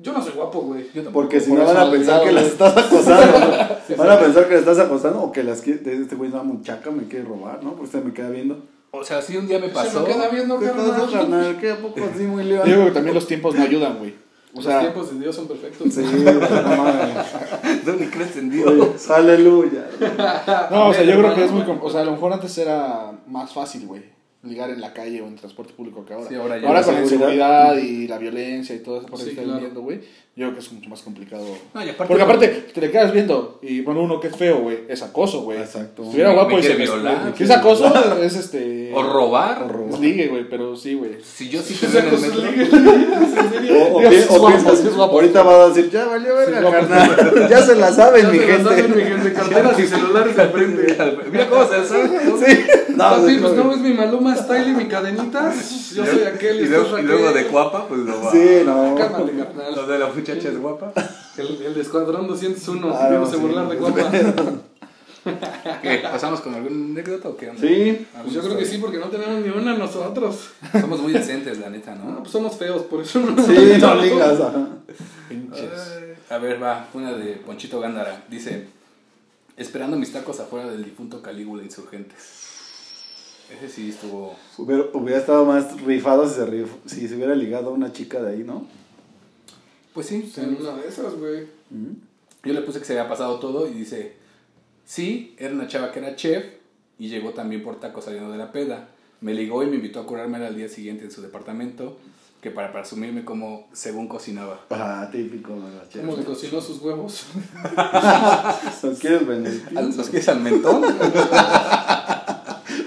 [SPEAKER 3] yo no soy guapo, güey.
[SPEAKER 1] Yo tampoco.
[SPEAKER 4] Porque si
[SPEAKER 2] Por
[SPEAKER 4] no
[SPEAKER 2] eso
[SPEAKER 4] van a
[SPEAKER 2] las
[SPEAKER 4] pensar que
[SPEAKER 2] cuidado,
[SPEAKER 4] las
[SPEAKER 2] güey.
[SPEAKER 4] estás acosando. ¿no? Van a pensar que las estás acosando o que las quiere- este güey es una muchaca, me quiere robar, ¿no? Porque se me queda viendo.
[SPEAKER 1] O sea, sí, un día me
[SPEAKER 3] Se
[SPEAKER 1] pasó.
[SPEAKER 3] me queda viendo,
[SPEAKER 4] ¿Qué pasa,
[SPEAKER 3] carnal.
[SPEAKER 4] carnal? ¿Qué a poco así muy
[SPEAKER 2] Yo
[SPEAKER 4] león?
[SPEAKER 2] creo que también los tiempos no ayudan, güey. O
[SPEAKER 3] Los
[SPEAKER 2] sea,
[SPEAKER 3] tiempos de Dios son perfectos.
[SPEAKER 4] Sí, no mames.
[SPEAKER 1] No, ni crees en
[SPEAKER 4] Oye,
[SPEAKER 1] Dios.
[SPEAKER 4] Aleluya.
[SPEAKER 2] no, o sea,
[SPEAKER 3] Amén,
[SPEAKER 2] yo creo que
[SPEAKER 3] hermano.
[SPEAKER 2] es muy. com- O sea, a lo mejor antes era más fácil, güey, ligar en la calle o en transporte público que ahora.
[SPEAKER 1] Sí, ahora ya
[SPEAKER 2] ahora
[SPEAKER 1] la
[SPEAKER 2] con la
[SPEAKER 4] seguridad.
[SPEAKER 2] inseguridad y la violencia y todo eso por
[SPEAKER 3] Sí,
[SPEAKER 2] que está
[SPEAKER 3] claro.
[SPEAKER 2] viviendo, güey. Yo creo que es mucho más complicado.
[SPEAKER 1] No, y aparte-
[SPEAKER 2] Porque aparte, te le quedas viendo y, bueno, uno que es feo, güey, es acoso, güey.
[SPEAKER 4] Exacto.
[SPEAKER 2] Si estuviera
[SPEAKER 1] Me-
[SPEAKER 2] guapo
[SPEAKER 1] me
[SPEAKER 2] y se
[SPEAKER 1] quiere violar,
[SPEAKER 2] me-
[SPEAKER 1] güey.
[SPEAKER 2] Si es acoso, es este.
[SPEAKER 1] O robar.
[SPEAKER 4] O robar.
[SPEAKER 2] Es ligue, güey, pero sí, güey.
[SPEAKER 1] Si yo sí te veo
[SPEAKER 3] Esa
[SPEAKER 1] en el
[SPEAKER 3] cosa es
[SPEAKER 1] metro.
[SPEAKER 3] ligue. ¿En serio?
[SPEAKER 4] O, o
[SPEAKER 2] Dios,
[SPEAKER 4] pi-
[SPEAKER 2] es
[SPEAKER 4] o
[SPEAKER 2] guapo,
[SPEAKER 4] piensas,
[SPEAKER 2] es guapo.
[SPEAKER 4] ahorita va a decir, ya valió verga,
[SPEAKER 2] Es guapo,
[SPEAKER 4] carnal. Ya se la saben,
[SPEAKER 3] Ya
[SPEAKER 4] mi
[SPEAKER 3] se la saben, mi
[SPEAKER 4] gente.
[SPEAKER 3] gente, carteras y celulares al frente.
[SPEAKER 1] Mira cómo se sabe. ¿no?
[SPEAKER 4] Sí. No,
[SPEAKER 3] Papi,
[SPEAKER 4] sí,
[SPEAKER 3] pues no ves mi Maluma Style y mi cadenita. Yo soy aquel
[SPEAKER 1] Y
[SPEAKER 3] estás
[SPEAKER 1] luego, y luego de
[SPEAKER 3] aquel.
[SPEAKER 1] guapa, pues lo va.
[SPEAKER 4] Sí, no.
[SPEAKER 3] Cálmate,
[SPEAKER 1] Lo
[SPEAKER 3] carnal.
[SPEAKER 1] de la muchacha es guapa.
[SPEAKER 3] El, el de Escuadrón 201.
[SPEAKER 4] Ah,
[SPEAKER 3] Vimos
[SPEAKER 4] no,
[SPEAKER 3] se
[SPEAKER 4] sí.
[SPEAKER 3] burlar de guapa.
[SPEAKER 1] ¿Qué? ¿Pasamos con alguna anécdota o qué onda?
[SPEAKER 4] Sí.
[SPEAKER 3] Pues yo creo que sí, porque no tenemos ni una nosotros.
[SPEAKER 1] Somos muy decentes, la neta,
[SPEAKER 3] No,
[SPEAKER 1] ¿no?
[SPEAKER 3] pues somos feos, por eso no
[SPEAKER 4] Sí, no ligas. ajá.
[SPEAKER 2] Pinches.
[SPEAKER 1] Ay, A ver, va, una de Ponchito Gándara. Dice, Esperando mis tacos afuera del difunto Calígula Insurgentes. Ese sí estuvo.
[SPEAKER 4] Hubiera, hubiera estado más rifado si se, rif- si se hubiera ligado a una chica de ahí, ¿no?
[SPEAKER 1] Pues sí,
[SPEAKER 3] En una de esas, güey.
[SPEAKER 1] yo le puse que se había pasado todo y dice: Sí, era una chava que era chef y llegó también por tacos saliendo de la peda. Me ligó y me invitó a curarme al día siguiente en su departamento, que para presumirme como según cocinaba.
[SPEAKER 4] Ah, típico de las
[SPEAKER 3] Como
[SPEAKER 4] chicas.
[SPEAKER 3] le cocinó sus huevos.
[SPEAKER 4] ¿Los quieres benedictinos?
[SPEAKER 1] ¿Al- ¿Los pies al mentón?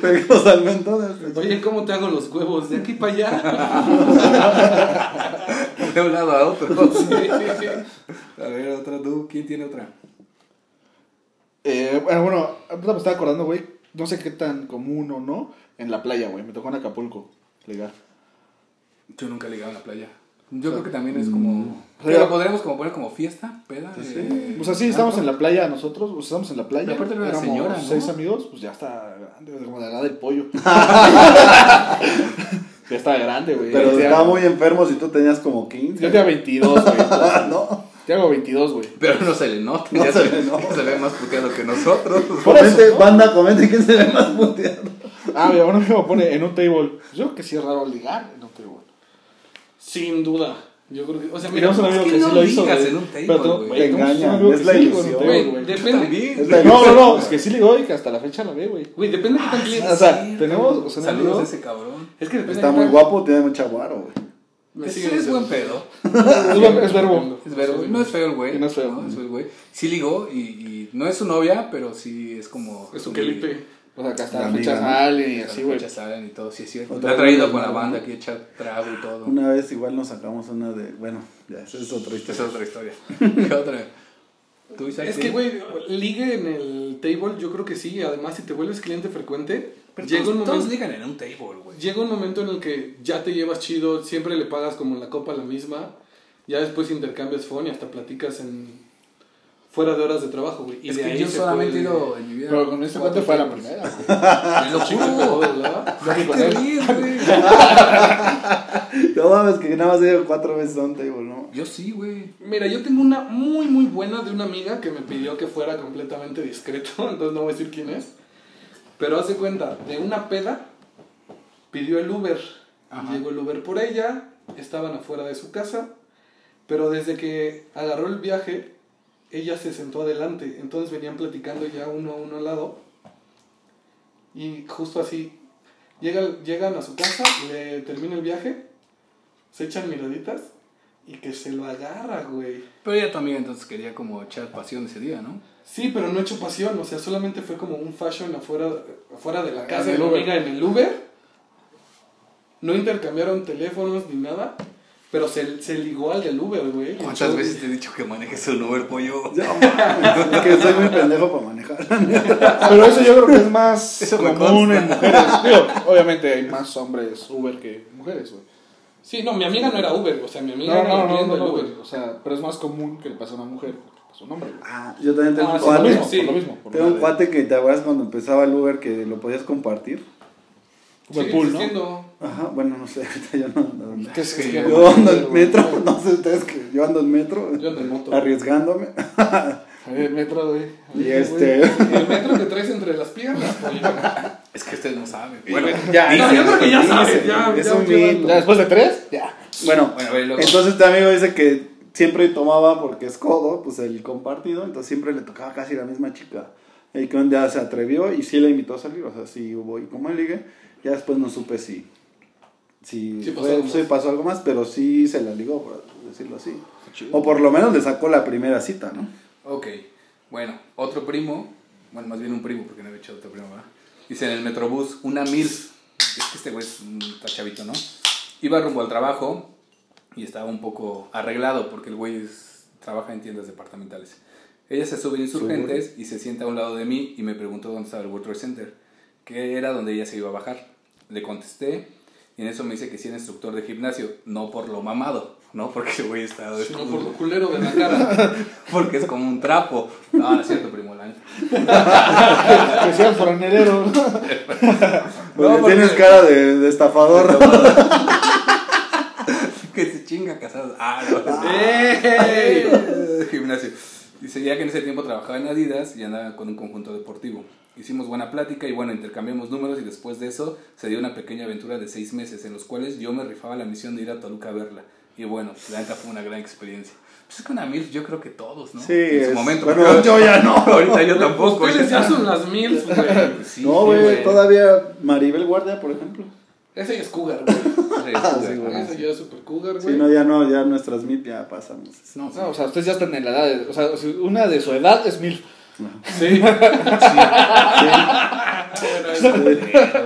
[SPEAKER 4] Pegados al mentón. este.
[SPEAKER 3] Oye, ¿cómo te hago los huevos? De aquí para allá.
[SPEAKER 1] De un lado a otro.
[SPEAKER 3] Sí, sí,
[SPEAKER 1] A ver, otra tú. ¿Quién tiene otra?
[SPEAKER 2] Eh, bueno, bueno, ahorita me estaba acordando, güey. No sé qué tan común o no. En la playa, güey. Me tocó en Acapulco. Ligar.
[SPEAKER 1] Yo nunca he ligado en la playa. Yo creo que también es como.
[SPEAKER 2] Pero-
[SPEAKER 1] Pero lo podríamos como poner como fiesta, peda. eh,
[SPEAKER 2] Pues así estamos en la playa nosotros. Pues estamos en la playa.
[SPEAKER 1] Pero aparte era una
[SPEAKER 2] éramos
[SPEAKER 1] señora, ¿no?
[SPEAKER 2] seis amigos. Pues ya está grande. Como la edad del pollo. ya está grande, güey.
[SPEAKER 4] Pero
[SPEAKER 2] Yo te
[SPEAKER 4] estaba
[SPEAKER 2] hago-
[SPEAKER 4] muy enfermo si tú tenías como
[SPEAKER 2] Yo
[SPEAKER 4] 15.
[SPEAKER 2] te hago 22, güey.
[SPEAKER 4] no.
[SPEAKER 2] Te hago 22, güey.
[SPEAKER 1] Pero no se le nota. Pues,
[SPEAKER 4] No
[SPEAKER 1] ya
[SPEAKER 4] se
[SPEAKER 1] se,
[SPEAKER 4] le nota.
[SPEAKER 1] ya se ve más puteado que nosotros.
[SPEAKER 4] Comente, banda, comente quién se ve más puteado.
[SPEAKER 2] Ah, mi hermano me pone en un table. Pues Yo creo que sí es raro ligar en un table.
[SPEAKER 3] Sin duda. Yo creo que. O sea, mira,
[SPEAKER 2] Teníamos un amigo
[SPEAKER 1] es
[SPEAKER 2] que,
[SPEAKER 1] que no
[SPEAKER 2] sí lo hizo.
[SPEAKER 1] ligas
[SPEAKER 2] güey.
[SPEAKER 1] en un table,
[SPEAKER 2] Pero tú-
[SPEAKER 1] güey.
[SPEAKER 2] güey,
[SPEAKER 4] Te
[SPEAKER 2] tenemos un
[SPEAKER 4] engañan,
[SPEAKER 2] amigo
[SPEAKER 4] es
[SPEAKER 2] que
[SPEAKER 4] la
[SPEAKER 2] sí ligó en un
[SPEAKER 4] ilusión.
[SPEAKER 2] table,
[SPEAKER 3] Güey,
[SPEAKER 2] güey.
[SPEAKER 3] depende.
[SPEAKER 1] También.
[SPEAKER 4] Es la
[SPEAKER 2] No, no,
[SPEAKER 4] ilusión,
[SPEAKER 2] no,
[SPEAKER 4] güey.
[SPEAKER 2] es que sí ligó y que hasta la fecha la ve, güey.
[SPEAKER 3] Güey, depende de qué tan cliente
[SPEAKER 2] O sea,
[SPEAKER 1] Sí,
[SPEAKER 2] tenemos. O sea,
[SPEAKER 1] Saludos a
[SPEAKER 2] amigos-
[SPEAKER 1] ese cabrón.
[SPEAKER 3] Es que depende
[SPEAKER 4] Está
[SPEAKER 3] de qué
[SPEAKER 4] muy
[SPEAKER 3] tan-
[SPEAKER 4] guapo, tiene mucha guaro, güey.
[SPEAKER 3] Me
[SPEAKER 1] Ese
[SPEAKER 3] siguen
[SPEAKER 1] es buen
[SPEAKER 3] los-
[SPEAKER 1] pedo.
[SPEAKER 2] Es ver- es verbo.
[SPEAKER 1] Es verbo. No es feo el güey.
[SPEAKER 2] No es feo.
[SPEAKER 1] el güey. Sí ligó y, y no es su novia, pero sí es como.
[SPEAKER 3] Es un Felipe.
[SPEAKER 2] O sea, que hasta
[SPEAKER 4] La
[SPEAKER 2] la fecha
[SPEAKER 4] amiga, ¿no?
[SPEAKER 2] sale y
[SPEAKER 1] Y
[SPEAKER 2] así, güey.
[SPEAKER 1] y todo, sí es cierto.
[SPEAKER 4] Otra
[SPEAKER 1] Lo ha traído
[SPEAKER 4] vez,
[SPEAKER 1] con la
[SPEAKER 4] ¿no?
[SPEAKER 1] banda aquí, echa trago y todo.
[SPEAKER 4] Una vez igual nos sacamos una de. Bueno, ya, esa es otra
[SPEAKER 1] Esa es
[SPEAKER 4] historia.
[SPEAKER 1] otra historia. ¿Qué otra? ¿Tú, Isaac,
[SPEAKER 3] Es
[SPEAKER 1] sí?
[SPEAKER 3] que, güey, ligue en el table, yo creo que sí. Además, si te vuelves cliente frecuente,
[SPEAKER 1] Pero
[SPEAKER 3] llega
[SPEAKER 1] todos,
[SPEAKER 3] un
[SPEAKER 1] todos
[SPEAKER 3] momento.
[SPEAKER 1] ligan en un table, güey.
[SPEAKER 3] Llega un momento en el que ya te llevas chido, siempre le pagas como la copa a la misma, ya después intercambias phone y hasta platicas en fuera de horas de trabajo, güey. Y
[SPEAKER 1] Es
[SPEAKER 3] de
[SPEAKER 1] que
[SPEAKER 3] ahí
[SPEAKER 1] yo
[SPEAKER 3] se
[SPEAKER 1] solamente
[SPEAKER 3] puede-
[SPEAKER 1] he ido en mi vida.
[SPEAKER 2] Pero con este
[SPEAKER 1] cuatro
[SPEAKER 2] cuate Ah, fue la
[SPEAKER 1] tables.
[SPEAKER 2] primera, güey.
[SPEAKER 1] Te lo
[SPEAKER 3] Chica,
[SPEAKER 1] juro.
[SPEAKER 3] todo, ¿verdad?
[SPEAKER 1] Ay, te ríes, güey.
[SPEAKER 4] No mames, que nada más he ido cuatro veces a un table, ¿no?
[SPEAKER 1] Yo sí, güey.
[SPEAKER 3] Mira, yo tengo una muy, muy buena de una amiga que me pidió que fuera completamente discreto, entonces no voy a decir quién es. Pero hace cuenta, de una peda, pidió el Uber.
[SPEAKER 1] Ajá.
[SPEAKER 3] Llegó el Uber por ella, estaban afuera de su casa, pero desde que agarró el viaje, ella se sentó adelante, entonces venían platicando ya uno a uno al lado. Y justo así, llega- llegan a su casa, le termina el viaje, se echan miraditas y que se lo agarra, güey.
[SPEAKER 1] Pero ya tu amiga entonces quería como echar pasión ese día, ¿no?
[SPEAKER 3] Sí, pero no hecho pasión, o sea, solamente fue como un fashion afuera, afuera de la casa
[SPEAKER 2] Ah, En
[SPEAKER 3] de
[SPEAKER 2] el
[SPEAKER 3] mi
[SPEAKER 2] Uber.
[SPEAKER 3] amiga en el Uber. No intercambiaron teléfonos ni nada, pero se, se ligó al del Uber, güey.
[SPEAKER 1] ¿Cuántas veces te he dicho que manejes un Uber, pollo?
[SPEAKER 4] Ya, mames, es que soy muy pendejo para manejar.
[SPEAKER 2] Pero eso yo creo que es más
[SPEAKER 1] Eso me
[SPEAKER 2] común
[SPEAKER 1] consta.
[SPEAKER 2] en mujeres. Digo, obviamente hay más hombres Uber que mujeres, güey.
[SPEAKER 3] Sí, no, mi amiga no era Uber, o sea, mi amiga
[SPEAKER 2] No,
[SPEAKER 3] era
[SPEAKER 2] no, no,
[SPEAKER 3] cliente
[SPEAKER 2] no,
[SPEAKER 3] del
[SPEAKER 2] no,
[SPEAKER 3] Uber.
[SPEAKER 2] güey. O sea, pero es más común que le pase a una mujer que le pase a un hombre, güey.
[SPEAKER 4] Ah, yo también tengo
[SPEAKER 3] Ah,
[SPEAKER 4] un
[SPEAKER 3] sí,
[SPEAKER 2] Por lo
[SPEAKER 3] lo
[SPEAKER 4] cuate.
[SPEAKER 2] mismo, por lo mismo. Por
[SPEAKER 4] Tengo
[SPEAKER 2] lo
[SPEAKER 4] un
[SPEAKER 2] mismo.
[SPEAKER 4] cuate que te acuerdas cuando empezaba el Uber que lo podías compartir.
[SPEAKER 2] Uber
[SPEAKER 3] Sí,
[SPEAKER 2] pool, ¿no?
[SPEAKER 3] existiendo.
[SPEAKER 4] Ajá, bueno, no sé, ahorita yo no ando. en-
[SPEAKER 2] Que es que
[SPEAKER 1] Yo
[SPEAKER 4] Yo ando en metro, no sé ustedes que yo ando en metro,
[SPEAKER 3] Yo ando en moto.
[SPEAKER 4] arriesgándome.
[SPEAKER 2] En el Eh, metro, güey.
[SPEAKER 4] Y
[SPEAKER 2] Ay, güey.
[SPEAKER 4] este.
[SPEAKER 3] El metro que traes entre las piernas, güey.
[SPEAKER 1] Es que ustedes no saben. Bueno,
[SPEAKER 4] Ya,
[SPEAKER 3] No, yo creo que ya
[SPEAKER 4] Dice,
[SPEAKER 3] sabes, ya,
[SPEAKER 4] es
[SPEAKER 3] ya
[SPEAKER 4] un
[SPEAKER 3] llevan-
[SPEAKER 4] mito.
[SPEAKER 2] Ya después de tres, ya.
[SPEAKER 4] Bueno,
[SPEAKER 1] Bueno, a ver, luego.
[SPEAKER 4] entonces este amigo dice que siempre tomaba porque es codo, pues el compartido, entonces siempre le tocaba casi la misma chica. Y que un día se atrevió y sí la invitó a salir, o sea, sí hubo y como ligue. Ya después no supe si, si
[SPEAKER 3] Sí pasó
[SPEAKER 4] fue-
[SPEAKER 3] algo
[SPEAKER 4] sí
[SPEAKER 3] más.
[SPEAKER 4] pasó algo más, pero sí se la ligó, por decirlo así. O por lo menos le sacó la primera cita, ¿no?
[SPEAKER 1] Ok, bueno, otro primo, bueno, más bien un primo, porque no había hecho otro primo, ¿verdad? Dice en el Metrobús, una mil. Es que este güey es un está chavito, ¿no? Iba rumbo al trabajo y estaba un poco arreglado, porque el güey es- trabaja en tiendas departamentales. Ella se sube a insurgentes y se sienta a un lado de mí y me preguntó dónde estaba el World Trade Center, que era donde ella se iba a bajar. Le contesté y en eso me dice que sí era instructor de gimnasio, no por lo mamado, ¿no? Porque el güey está...
[SPEAKER 3] Sino por lo culero de la cara.
[SPEAKER 1] Porque es como un trapo. Ah, No, no es cierto, primo la neta.
[SPEAKER 2] Que sean franelero.
[SPEAKER 4] Porque
[SPEAKER 1] porque-
[SPEAKER 4] tienes cara de, de estafador.
[SPEAKER 1] Que se chinga casados. Ah, no.
[SPEAKER 3] ¡Ey!
[SPEAKER 1] Gimnasio. Y Dice, ya que en ese tiempo trabajaba en Adidas y andaba con un conjunto deportivo. Hicimos buena plática y bueno, intercambiamos números y después de eso se dio una pequeña aventura de seis meses en los cuales yo me rifaba la misión de ir a Toluca a verla. Y bueno, la neta fue una gran experiencia. Pues es que una MILF yo creo que todos, ¿no?
[SPEAKER 4] Sí,
[SPEAKER 1] En su
[SPEAKER 4] es-
[SPEAKER 1] momento.
[SPEAKER 4] bueno,
[SPEAKER 1] porque
[SPEAKER 4] yo ya no.
[SPEAKER 1] ahorita yo tampoco.
[SPEAKER 3] Ustedes ya son las mil, güey.
[SPEAKER 1] Sí,
[SPEAKER 4] No,
[SPEAKER 1] sí,
[SPEAKER 4] güey, todavía Maribel Guardia, por ejemplo.
[SPEAKER 3] Ese ya es cougar, güey.
[SPEAKER 1] Sí,
[SPEAKER 4] Ah, sí, güey.
[SPEAKER 1] ajá,
[SPEAKER 3] Ese ya es super cougar,
[SPEAKER 4] Si
[SPEAKER 3] güey.
[SPEAKER 4] no, ya no, ya nuestras MIP ya pasamos.
[SPEAKER 1] No, sí.
[SPEAKER 2] No, o sea, ustedes ya están en la edad. de- o sea, si una de su edad es mil.
[SPEAKER 3] Sí.
[SPEAKER 4] Deja-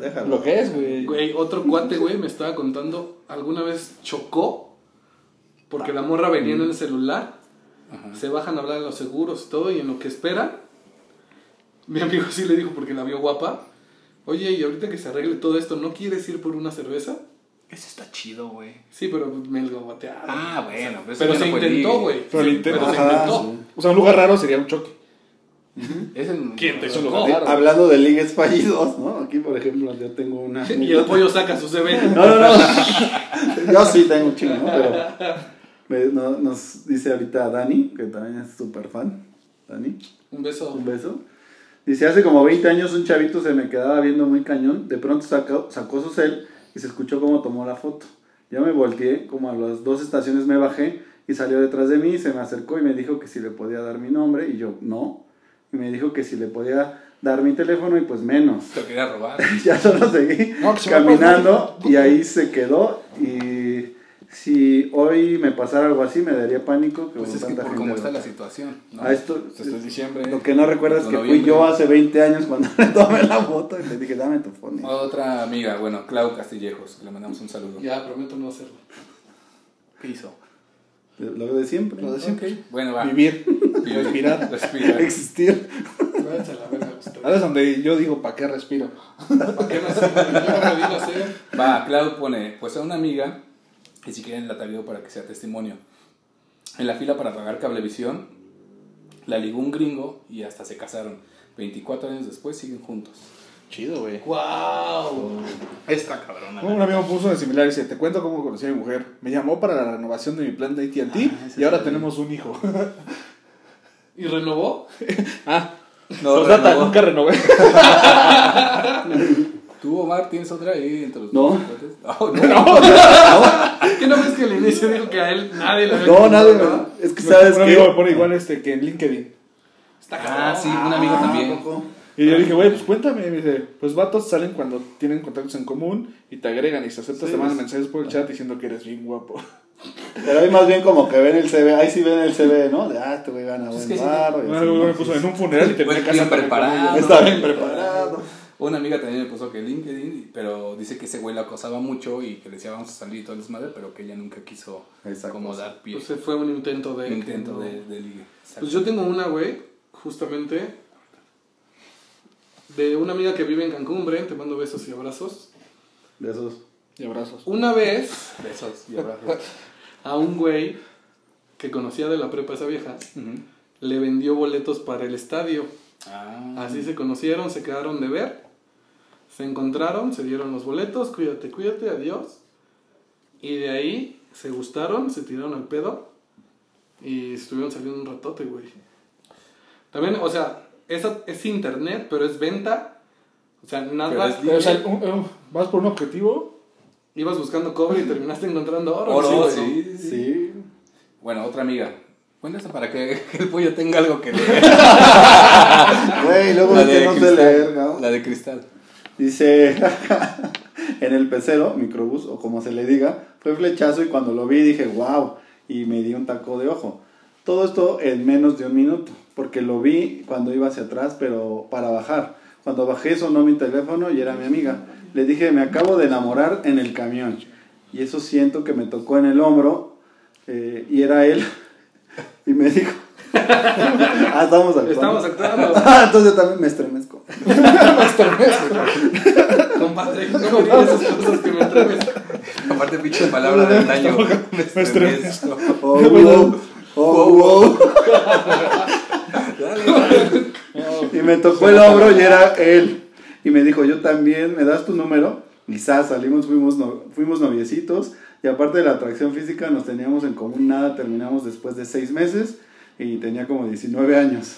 [SPEAKER 4] Déjalo.
[SPEAKER 2] Lo que es, güey.
[SPEAKER 3] Güey, otro cuate, güey, me estaba contando, alguna vez chocó porque la morra venía en el celular, se bajan a hablar en los seguros y todo, y en lo que espera, mi amigo sí le dijo porque la vio guapa, oye, y ahorita que se arregle todo esto, ¿no quieres ir por una cerveza?
[SPEAKER 1] Eso está chido, güey.
[SPEAKER 3] Sí, pero me lo batearon.
[SPEAKER 1] Ah, bueno, pero
[SPEAKER 3] pero,
[SPEAKER 1] eso ya
[SPEAKER 3] se
[SPEAKER 1] no fue
[SPEAKER 3] intentó,
[SPEAKER 1] ligue.
[SPEAKER 3] güey.
[SPEAKER 2] Pero lo
[SPEAKER 3] Sí,
[SPEAKER 2] intentó.
[SPEAKER 3] pero se
[SPEAKER 4] Ajá,
[SPEAKER 3] intentó.
[SPEAKER 2] O sea, un lugar raro sería un choque.
[SPEAKER 1] Es en-
[SPEAKER 3] ¿Quién te
[SPEAKER 1] Eso
[SPEAKER 2] chocó?
[SPEAKER 1] lo-
[SPEAKER 4] Sí,
[SPEAKER 2] Claro.
[SPEAKER 4] Hablando de ligues fallidos, ¿no? Aquí, por ejemplo, yo tengo una.
[SPEAKER 3] Y el pollo saca su CV.
[SPEAKER 4] No, no, no. Yo sí tengo un chingo, ¿no? Pero me- no- nos dice ahorita Dani, que también es súper fan. Dani,
[SPEAKER 3] Un beso.
[SPEAKER 4] un beso. Dice, hace como 20 años un chavito se me quedaba viendo muy cañón. De pronto sacó, sacó su cel y se escuchó cómo tomó la foto. Yo me volteé, como a las dos estaciones me bajé y salió detrás de mí y se me acercó y me dijo que si le podía dar mi nombre y yo, no. Y me dijo que si le podía dar mi teléfono y pues menos
[SPEAKER 1] Te lo quería robar.
[SPEAKER 4] ya solo seguí
[SPEAKER 2] No, que se
[SPEAKER 4] caminando y ahí se quedó y si hoy me pasara algo así me daría pánico que
[SPEAKER 1] Pues
[SPEAKER 4] con
[SPEAKER 1] es que
[SPEAKER 4] tanta
[SPEAKER 1] por
[SPEAKER 4] gente
[SPEAKER 1] cómo
[SPEAKER 4] lo-
[SPEAKER 1] está la situación. ¿no?
[SPEAKER 4] Ah, esto-
[SPEAKER 1] Pues esto es diciembre.
[SPEAKER 4] lo que no recuerdo es que fui
[SPEAKER 1] Noviembre.
[SPEAKER 4] yo hace 20 años cuando le tomé la foto y le dije dame tu phone
[SPEAKER 1] Otra amiga, bueno, Clau Castillejos, que le mandamos un saludo.
[SPEAKER 3] Ya, prometo no hacerlo.
[SPEAKER 1] ¿Qué hizo?
[SPEAKER 4] lo de siempre
[SPEAKER 2] Lo de siempre.
[SPEAKER 1] Bueno,
[SPEAKER 4] Ah.
[SPEAKER 1] va.
[SPEAKER 2] Vivir.
[SPEAKER 1] Vive.
[SPEAKER 2] respirar.
[SPEAKER 1] Respira.
[SPEAKER 4] existir
[SPEAKER 3] Váyanse a la verga ustedes.
[SPEAKER 2] Ahora es donde yo digo, ¿para qué respiro?
[SPEAKER 3] ¿Para qué nací? Yo no me digo hacer.
[SPEAKER 1] Va, Clau pone, pues a una amiga, y si quieren la tagueo para que sea testimonio. En la fila para pagar cablevisión, la ligó un gringo y hasta se casaron. 24 años después siguen juntos.
[SPEAKER 2] Chido, güey.
[SPEAKER 3] ¡Wow!
[SPEAKER 1] Esta cabrona.
[SPEAKER 2] Un amigo puso de similar y dice, te cuento cómo conocí a mi mujer. Me llamó para la renovación de mi plan de AT&T
[SPEAKER 4] Ah, ese
[SPEAKER 2] y ahora
[SPEAKER 4] sí.
[SPEAKER 2] tenemos un hijo.
[SPEAKER 3] ¿Y renovó?
[SPEAKER 2] ah,
[SPEAKER 1] No,
[SPEAKER 2] Sordata,
[SPEAKER 1] renovó.
[SPEAKER 2] nunca renové.
[SPEAKER 1] ¿Tú, Omar, tienes otra ahí entre los
[SPEAKER 4] No.
[SPEAKER 1] dos cuates? Oh, no.
[SPEAKER 3] ¿Qué no ves que al inicio dijo que a él nadie le había
[SPEAKER 4] no nadie
[SPEAKER 3] contado?
[SPEAKER 4] me- es que sabes
[SPEAKER 2] un
[SPEAKER 4] que
[SPEAKER 2] amigo me pone igual este, que en LinkedIn.
[SPEAKER 3] Está
[SPEAKER 1] Ah,
[SPEAKER 3] cabrón.
[SPEAKER 1] sí, un amigo también.
[SPEAKER 2] Y
[SPEAKER 4] Ah.
[SPEAKER 2] yo dije, güey, pues cuéntame. Y me dice, pues vatos salen cuando tienen contactos en común y te agregan y se aceptas,
[SPEAKER 4] Sí,
[SPEAKER 2] te mandan
[SPEAKER 4] pues.
[SPEAKER 2] mensajes por el chat diciendo que eres bien guapo.
[SPEAKER 4] pero ahí más bien como que ven el CV ahí sí ven el CV no de ah este güey gana
[SPEAKER 1] Pues es
[SPEAKER 4] buen
[SPEAKER 1] que sí,
[SPEAKER 4] bar
[SPEAKER 2] Un
[SPEAKER 4] o así,
[SPEAKER 2] amigo me
[SPEAKER 4] ¿no?
[SPEAKER 2] puso en un funeral y
[SPEAKER 1] Pues,
[SPEAKER 2] tenía
[SPEAKER 1] bien
[SPEAKER 2] casa también con
[SPEAKER 1] preparado.
[SPEAKER 2] ella.
[SPEAKER 4] está bien preparado
[SPEAKER 1] Una amiga también me puso que LinkedIn, pero dice que ese güey la acosaba mucho y que le decía vamos a salir y todo el desmadre, pero que ella nunca quiso
[SPEAKER 4] Esa
[SPEAKER 1] como
[SPEAKER 4] cosa.
[SPEAKER 1] dar pie.
[SPEAKER 3] Pues se fue un intento de...
[SPEAKER 1] intento de, de ligue.
[SPEAKER 3] Pues yo tengo una, güey, justamente, de una amiga que vive en Cancún, Bren, te mando besos y abrazos.
[SPEAKER 4] de esos
[SPEAKER 2] Y abrazos.
[SPEAKER 3] Una vez,
[SPEAKER 1] Besos y abrazos.
[SPEAKER 3] a un güey que conocía de la prepa esa vieja,
[SPEAKER 1] Ujú.
[SPEAKER 3] le vendió boletos para el estadio.
[SPEAKER 1] Ah,
[SPEAKER 3] Así se conocieron, se quedaron de ver, se encontraron, se dieron los boletos, cuídate, cuídate, adiós. Y de ahí se gustaron, se tiraron al pedo y estuvieron saliendo un ratote, güey. También, o sea, esa es internet, pero es venta. O sea,
[SPEAKER 1] Pero
[SPEAKER 3] nada.
[SPEAKER 1] es
[SPEAKER 2] Pero, o sea, un- un- vas por un objetivo.
[SPEAKER 3] Ibas buscando cobre y terminaste encontrando oro.
[SPEAKER 1] Oro,
[SPEAKER 3] güey.
[SPEAKER 1] sí, sí, sí.
[SPEAKER 4] sí
[SPEAKER 1] Bueno, otra amiga. Cuéntase para que, que el pollo tenga algo que leer.
[SPEAKER 4] Güey, luego es que no sé leer, ¿no?
[SPEAKER 1] La de cristal.
[SPEAKER 4] Dice, en el pecero, microbús o como se le diga, fue flechazo y cuando lo vi dije, wow, y me di un taco de ojo. Todo esto en menos de un minuto, porque lo vi cuando iba hacia atrás, pero para bajar. Cuando bajé sonó mi teléfono y era mi amiga. Le dije, me acabo de enamorar en el camión. Y eso siento que me tocó en el hombro eh, y era él. Y me dijo, ah, estamos actuando.
[SPEAKER 3] Estamos actuando,
[SPEAKER 4] Ah, entonces también me estremezco.
[SPEAKER 3] compadre. No me digas esas cosas que me atreves.
[SPEAKER 1] Aparte, pinche palabra de antaño. Este, Me estremezco.
[SPEAKER 4] Oh, wow. Oh, wow. Y me tocó el hombro y era él. Y me dijo, yo también, ¿me das tu número? Quizás salimos, fuimos, no- fuimos noviecitos. Y aparte de la atracción física, nos teníamos en común nada. Terminamos después de seis meses. y tenía como 19 años.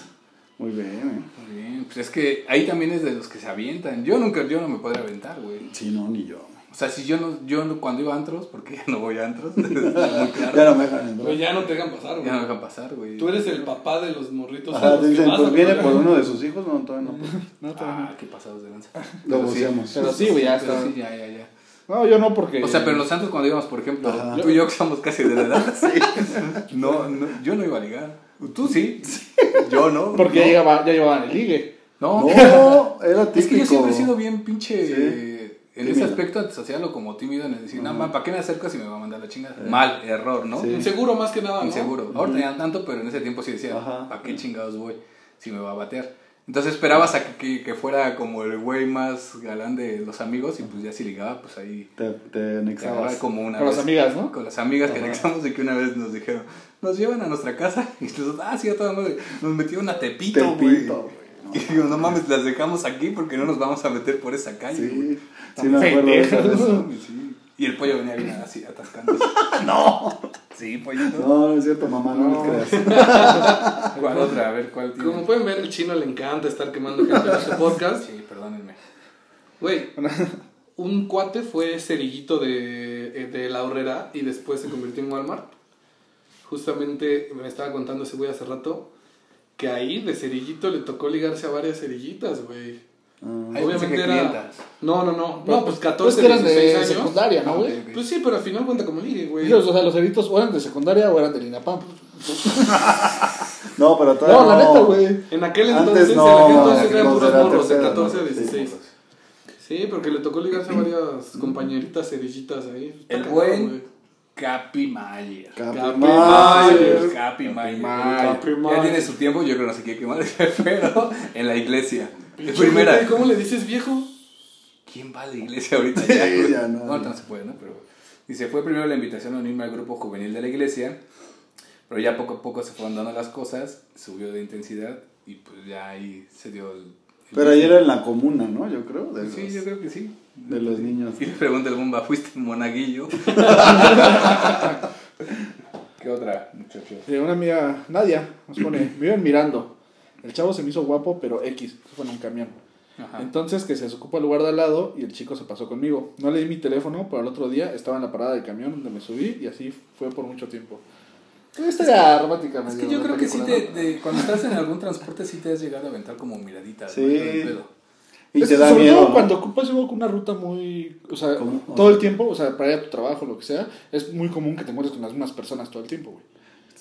[SPEAKER 4] Muy bien, eh. güey.
[SPEAKER 1] Muy bien, pues es que ahí también es de los que se avientan. Yo nunca, yo no me podría aventar, güey.
[SPEAKER 4] Sí, no, ni yo.
[SPEAKER 1] O sea, si yo no, yo no- cuando iba a antros, porque ya no voy a antros, muy claro,
[SPEAKER 4] Ya no me dejan entrar.
[SPEAKER 3] Güey, ya no te dejan pasar,
[SPEAKER 1] ya no me
[SPEAKER 3] güey.
[SPEAKER 1] dejan pasar, güey.
[SPEAKER 3] Tú eres el papá de los morritos. a
[SPEAKER 4] Ajá,
[SPEAKER 3] los que
[SPEAKER 4] dicen,
[SPEAKER 3] vas
[SPEAKER 4] pues
[SPEAKER 3] a
[SPEAKER 4] viene
[SPEAKER 3] coger.
[SPEAKER 4] por uno de sus hijos, no, todavía no. pues,
[SPEAKER 1] Ah, qué pasados de lanza.
[SPEAKER 4] Lo
[SPEAKER 1] Pero sí,
[SPEAKER 4] buceamos.
[SPEAKER 2] Pero sí, güey, ya
[SPEAKER 1] pero
[SPEAKER 2] está.
[SPEAKER 1] sí, ya, ya, ya.
[SPEAKER 2] No, yo no porque.
[SPEAKER 1] O sea, pero los santos cuando íbamos, por ejemplo,
[SPEAKER 4] Ajá.
[SPEAKER 1] tú y yo que somos casi de la edad, no, no, yo no iba a ligar. Tú sí, yo no.
[SPEAKER 2] Porque
[SPEAKER 1] no.
[SPEAKER 2] ya, llevaba, ya llevaban el ligue.
[SPEAKER 1] No,
[SPEAKER 4] No, era típico.
[SPEAKER 1] es que yo siempre he sido bien pinche
[SPEAKER 4] Sí.
[SPEAKER 1] en ese
[SPEAKER 4] Tímido.
[SPEAKER 1] aspecto antisocial o como tímido en el decir, no, man, ¿para qué me acerco si me va a mandar la chingada? Mal, error, ¿no?
[SPEAKER 4] Sí.
[SPEAKER 3] Inseguro más que nada, ¿no?
[SPEAKER 1] Inseguro. Ahora ya tanto, pero en ese tiempo sí decía,
[SPEAKER 4] Ajá.
[SPEAKER 1] ¿para qué chingados voy si me va a batear? Entonces esperabas a que, que- que fuera como el güey más galán de los amigos y pues ya si ligaba, pues ahí
[SPEAKER 4] Te, te
[SPEAKER 1] te agarraba
[SPEAKER 4] anexabas.
[SPEAKER 1] como una
[SPEAKER 2] Con las
[SPEAKER 1] vez.
[SPEAKER 2] amigas, ¿no?
[SPEAKER 1] Con las amigas que anexamos y que una vez nos dijeron, nos llevan a nuestra casa y nosotros, ah, sí, a toda madre, nos metieron a Tepito, güey.
[SPEAKER 4] Tepito, güey.
[SPEAKER 1] Y digo, no mames, las dejamos aquí porque no nos vamos a meter por esa calle, güey.
[SPEAKER 4] Sí, sí me acuerdo de esa vez.
[SPEAKER 1] No mames, sí. Y el pollo venía bien así, atascándose. ¡No! Sí, pollito.
[SPEAKER 4] No, no es cierto, mamá, no, me creas.
[SPEAKER 1] ¿Cuál otra? A ver, ¿cuál tiene?
[SPEAKER 3] Como pueden ver, el chino le encanta estar quemando gente en este podcast.
[SPEAKER 1] Sí, perdónenme.
[SPEAKER 3] Güey, un cuate fue cerillito de, eh, de la horrera y después se convirtió en Walmart. Justamente me estaba contando ese güey hace rato que ahí de cerillito le tocó ligarse a varias cerillitas, güey.
[SPEAKER 4] Ah,
[SPEAKER 1] Ay, pensé que clientas.
[SPEAKER 3] No, no, no. No, pues
[SPEAKER 2] Pues
[SPEAKER 3] 14,
[SPEAKER 2] que eran de
[SPEAKER 3] 16 años.
[SPEAKER 2] secundaria,
[SPEAKER 1] Ah,
[SPEAKER 2] ¿no, güey?
[SPEAKER 1] ok, ok.
[SPEAKER 3] Pues sí, pero al final cuenta como ligue, güey.
[SPEAKER 2] Sí, O sea, los eruditos o eran de secundaria o eran del INAPAM.
[SPEAKER 4] No, pero
[SPEAKER 1] Ah,
[SPEAKER 4] todavía.
[SPEAKER 2] No, la neta, güey.
[SPEAKER 3] En aquel
[SPEAKER 4] Antes
[SPEAKER 3] entonces,
[SPEAKER 4] no,
[SPEAKER 3] en aquel entonces
[SPEAKER 4] antes
[SPEAKER 3] eran
[SPEAKER 4] no,
[SPEAKER 3] puros
[SPEAKER 4] era
[SPEAKER 3] morros, de
[SPEAKER 4] tercera,
[SPEAKER 3] 14 a
[SPEAKER 4] ¿no? Sí,
[SPEAKER 3] 16.
[SPEAKER 4] morros.
[SPEAKER 3] Sí, porque le tocó ligarse a varias compañeritas cerillitas ahí. Está
[SPEAKER 1] El
[SPEAKER 3] cagado,
[SPEAKER 1] buen-
[SPEAKER 3] güey.
[SPEAKER 1] Capi Mayer.
[SPEAKER 4] Capi
[SPEAKER 3] Capi
[SPEAKER 4] Mayer.
[SPEAKER 3] Mayer.
[SPEAKER 1] Capi Mayer.
[SPEAKER 3] Capi Mayer.
[SPEAKER 1] Ya tiene su tiempo, yo creo que no sé qué quemar, pero en la iglesia.
[SPEAKER 3] Pinche
[SPEAKER 1] Primera.
[SPEAKER 3] gente, ¿Cómo le dices viejo?
[SPEAKER 1] ¿Quién va a la iglesia ahorita?
[SPEAKER 4] Sí,
[SPEAKER 1] Ya, güey?
[SPEAKER 4] ya
[SPEAKER 1] no,
[SPEAKER 4] no.
[SPEAKER 1] ahorita no se puede, ¿no? Pero, dice, fue primero la invitación a unirme al grupo juvenil de la iglesia, pero ya poco a poco se fueron dando las cosas, subió de intensidad y pues ya ahí se dio el... el-
[SPEAKER 4] Pero ahí era en la comuna, ¿no? Yo creo. De los,
[SPEAKER 1] Sí, yo creo que sí.
[SPEAKER 4] de los niños.
[SPEAKER 1] Y le pregunta el bomba, ¿fuiste monaguillo? ¿Qué otra, muchachos?
[SPEAKER 2] De Eh, una amiga, Nadia, nos pone, me iban mirando. El chavo se me hizo guapo, pero X, se fue en un camión.
[SPEAKER 1] Ajá.
[SPEAKER 2] Entonces que se desocupa el lugar de al lado y el chico se pasó conmigo. No le di mi teléfono, pero al otro día estaba en la parada del camión donde me subí y así fue por mucho tiempo. Esta era romántica,
[SPEAKER 1] Es que
[SPEAKER 2] medio
[SPEAKER 1] yo creo que sí,
[SPEAKER 2] película,
[SPEAKER 1] te,
[SPEAKER 2] ¿no?
[SPEAKER 1] de- cuando estás en algún transporte, sí te has llegado a aventar como miraditas.
[SPEAKER 4] Sí.
[SPEAKER 1] ¿no? Y todo el pedo.
[SPEAKER 4] Y
[SPEAKER 2] Es
[SPEAKER 4] te
[SPEAKER 2] que
[SPEAKER 4] da
[SPEAKER 2] sobre
[SPEAKER 4] miedo.
[SPEAKER 2] todo
[SPEAKER 4] ¿no?
[SPEAKER 2] cuando ocupas luego una ruta muy. O sea,
[SPEAKER 4] ¿Cómo? O
[SPEAKER 2] todo
[SPEAKER 4] sea-
[SPEAKER 2] el tiempo, o sea, para ir a tu trabajo, lo que sea, es muy común que te encuentres con las mismas personas todo el tiempo, güey.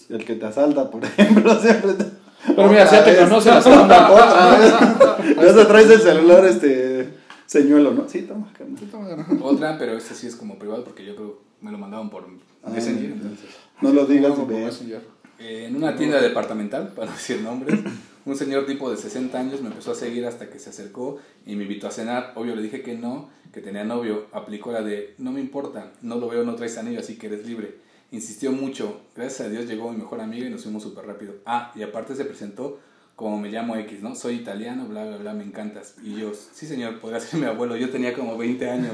[SPEAKER 4] El que te asalta, por ejemplo, siempre te...
[SPEAKER 2] Pero mira, si ya te conoce la
[SPEAKER 4] Otra
[SPEAKER 2] segunda.
[SPEAKER 4] vez. Ya te traes el celular, este... Señuelo, ¿no? Sí, toma, carnal.
[SPEAKER 1] Otra, pero esta sí es como privado porque yo creo me lo mandaron por Messenger. entonces.
[SPEAKER 4] No lo digas,
[SPEAKER 2] Como
[SPEAKER 4] ve.
[SPEAKER 2] Messenger.
[SPEAKER 1] Eh, en una tienda departamental, para no decir nombres, un señor tipo de 60 años me empezó a seguir hasta que se acercó y me invitó a cenar. Obvio le dije que no, que tenía novio. Aplicó la de, no me importa, no lo veo, no traes anillo, así que eres libre. Insistió mucho. Gracias a Dios llegó mi mejor amiga y nos fuimos súper rápido. Ah, y aparte se presentó como me llamo X, ¿no? Soy italiano, bla, bla, bla, me encantas. Y yo, sí señor, podría ser mi abuelo. Yo tenía como 20 años.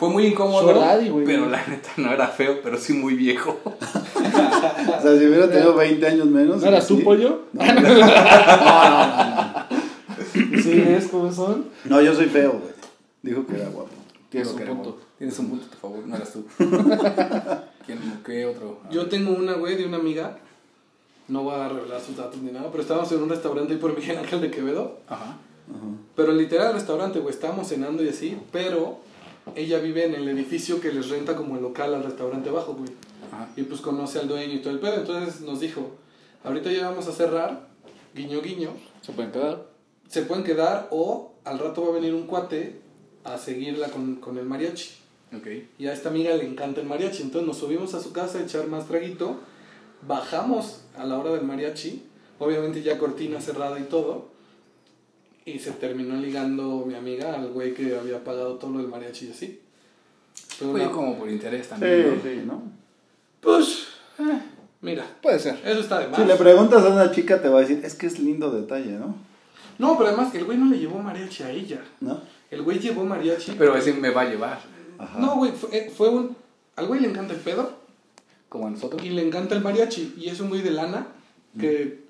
[SPEAKER 1] Fue muy incómodo,
[SPEAKER 2] Sugar Ah. daddy, güey.
[SPEAKER 1] pero la neta no era feo, pero sí muy viejo.
[SPEAKER 4] O sea, si hubiera tenido 20 años menos... pues
[SPEAKER 2] ¿No eras
[SPEAKER 4] sí.
[SPEAKER 2] tú, pollo?
[SPEAKER 4] No, no, no, no,
[SPEAKER 2] Sí, es como son.
[SPEAKER 4] no. No, yo soy feo, güey. Dijo que era guapo.
[SPEAKER 2] Tienes
[SPEAKER 1] Lo
[SPEAKER 2] un
[SPEAKER 1] queremos.
[SPEAKER 2] punto.
[SPEAKER 1] Tienes un punto, por favor, no eras tú. ¿Quién, ¿Qué otro? A
[SPEAKER 3] Yo
[SPEAKER 1] ver.
[SPEAKER 3] tengo una, güey, de una amiga. No voy a revelar sus datos ni nada, pero estábamos en un restaurante ahí por Miguel Ángel de Quevedo.
[SPEAKER 1] Ajá.
[SPEAKER 3] Pero literal, restaurante, güey, estábamos cenando y así, pero ella vive en el edificio que les renta como el local al restaurante bajo, güey.
[SPEAKER 1] Ajá.
[SPEAKER 3] Y pues conoce al dueño y todo el pedo. Entonces nos dijo, ahorita ya vamos a cerrar, guiño, guiño.
[SPEAKER 2] Se pueden quedar.
[SPEAKER 3] se pueden quedar o al rato va a venir un cuate a seguirla con, con el mariachi.
[SPEAKER 1] Ok.
[SPEAKER 3] Y a esta amiga le encanta el mariachi, entonces nos subimos a su casa a echar más traguito, bajamos a la hora del mariachi, obviamente ya cortina cerrada y todo, y se terminó ligando mi amiga al güey que había pagado todo lo del mariachi y así. Fue
[SPEAKER 1] Fue
[SPEAKER 3] una-
[SPEAKER 1] como por interés también.
[SPEAKER 4] Sí,
[SPEAKER 1] ¿no?
[SPEAKER 4] sí, ¿no?
[SPEAKER 3] Pues, eh, mira,
[SPEAKER 2] Puede ser.
[SPEAKER 3] eso está de más.
[SPEAKER 4] Si le preguntas a una chica, te va a decir, es que es lindo detalle, ¿no?
[SPEAKER 3] No, pero además el güey no le llevó mariachi a ella.
[SPEAKER 4] ¿No?
[SPEAKER 3] El güey llevó mariachi.
[SPEAKER 1] Pero ese me va a llevar,
[SPEAKER 4] Ajá.
[SPEAKER 3] No, güey, fue, eh, fue un... Al güey le encanta el pedo
[SPEAKER 1] como a nosotros.
[SPEAKER 3] y le encanta el mariachi. Y es un güey de lana. que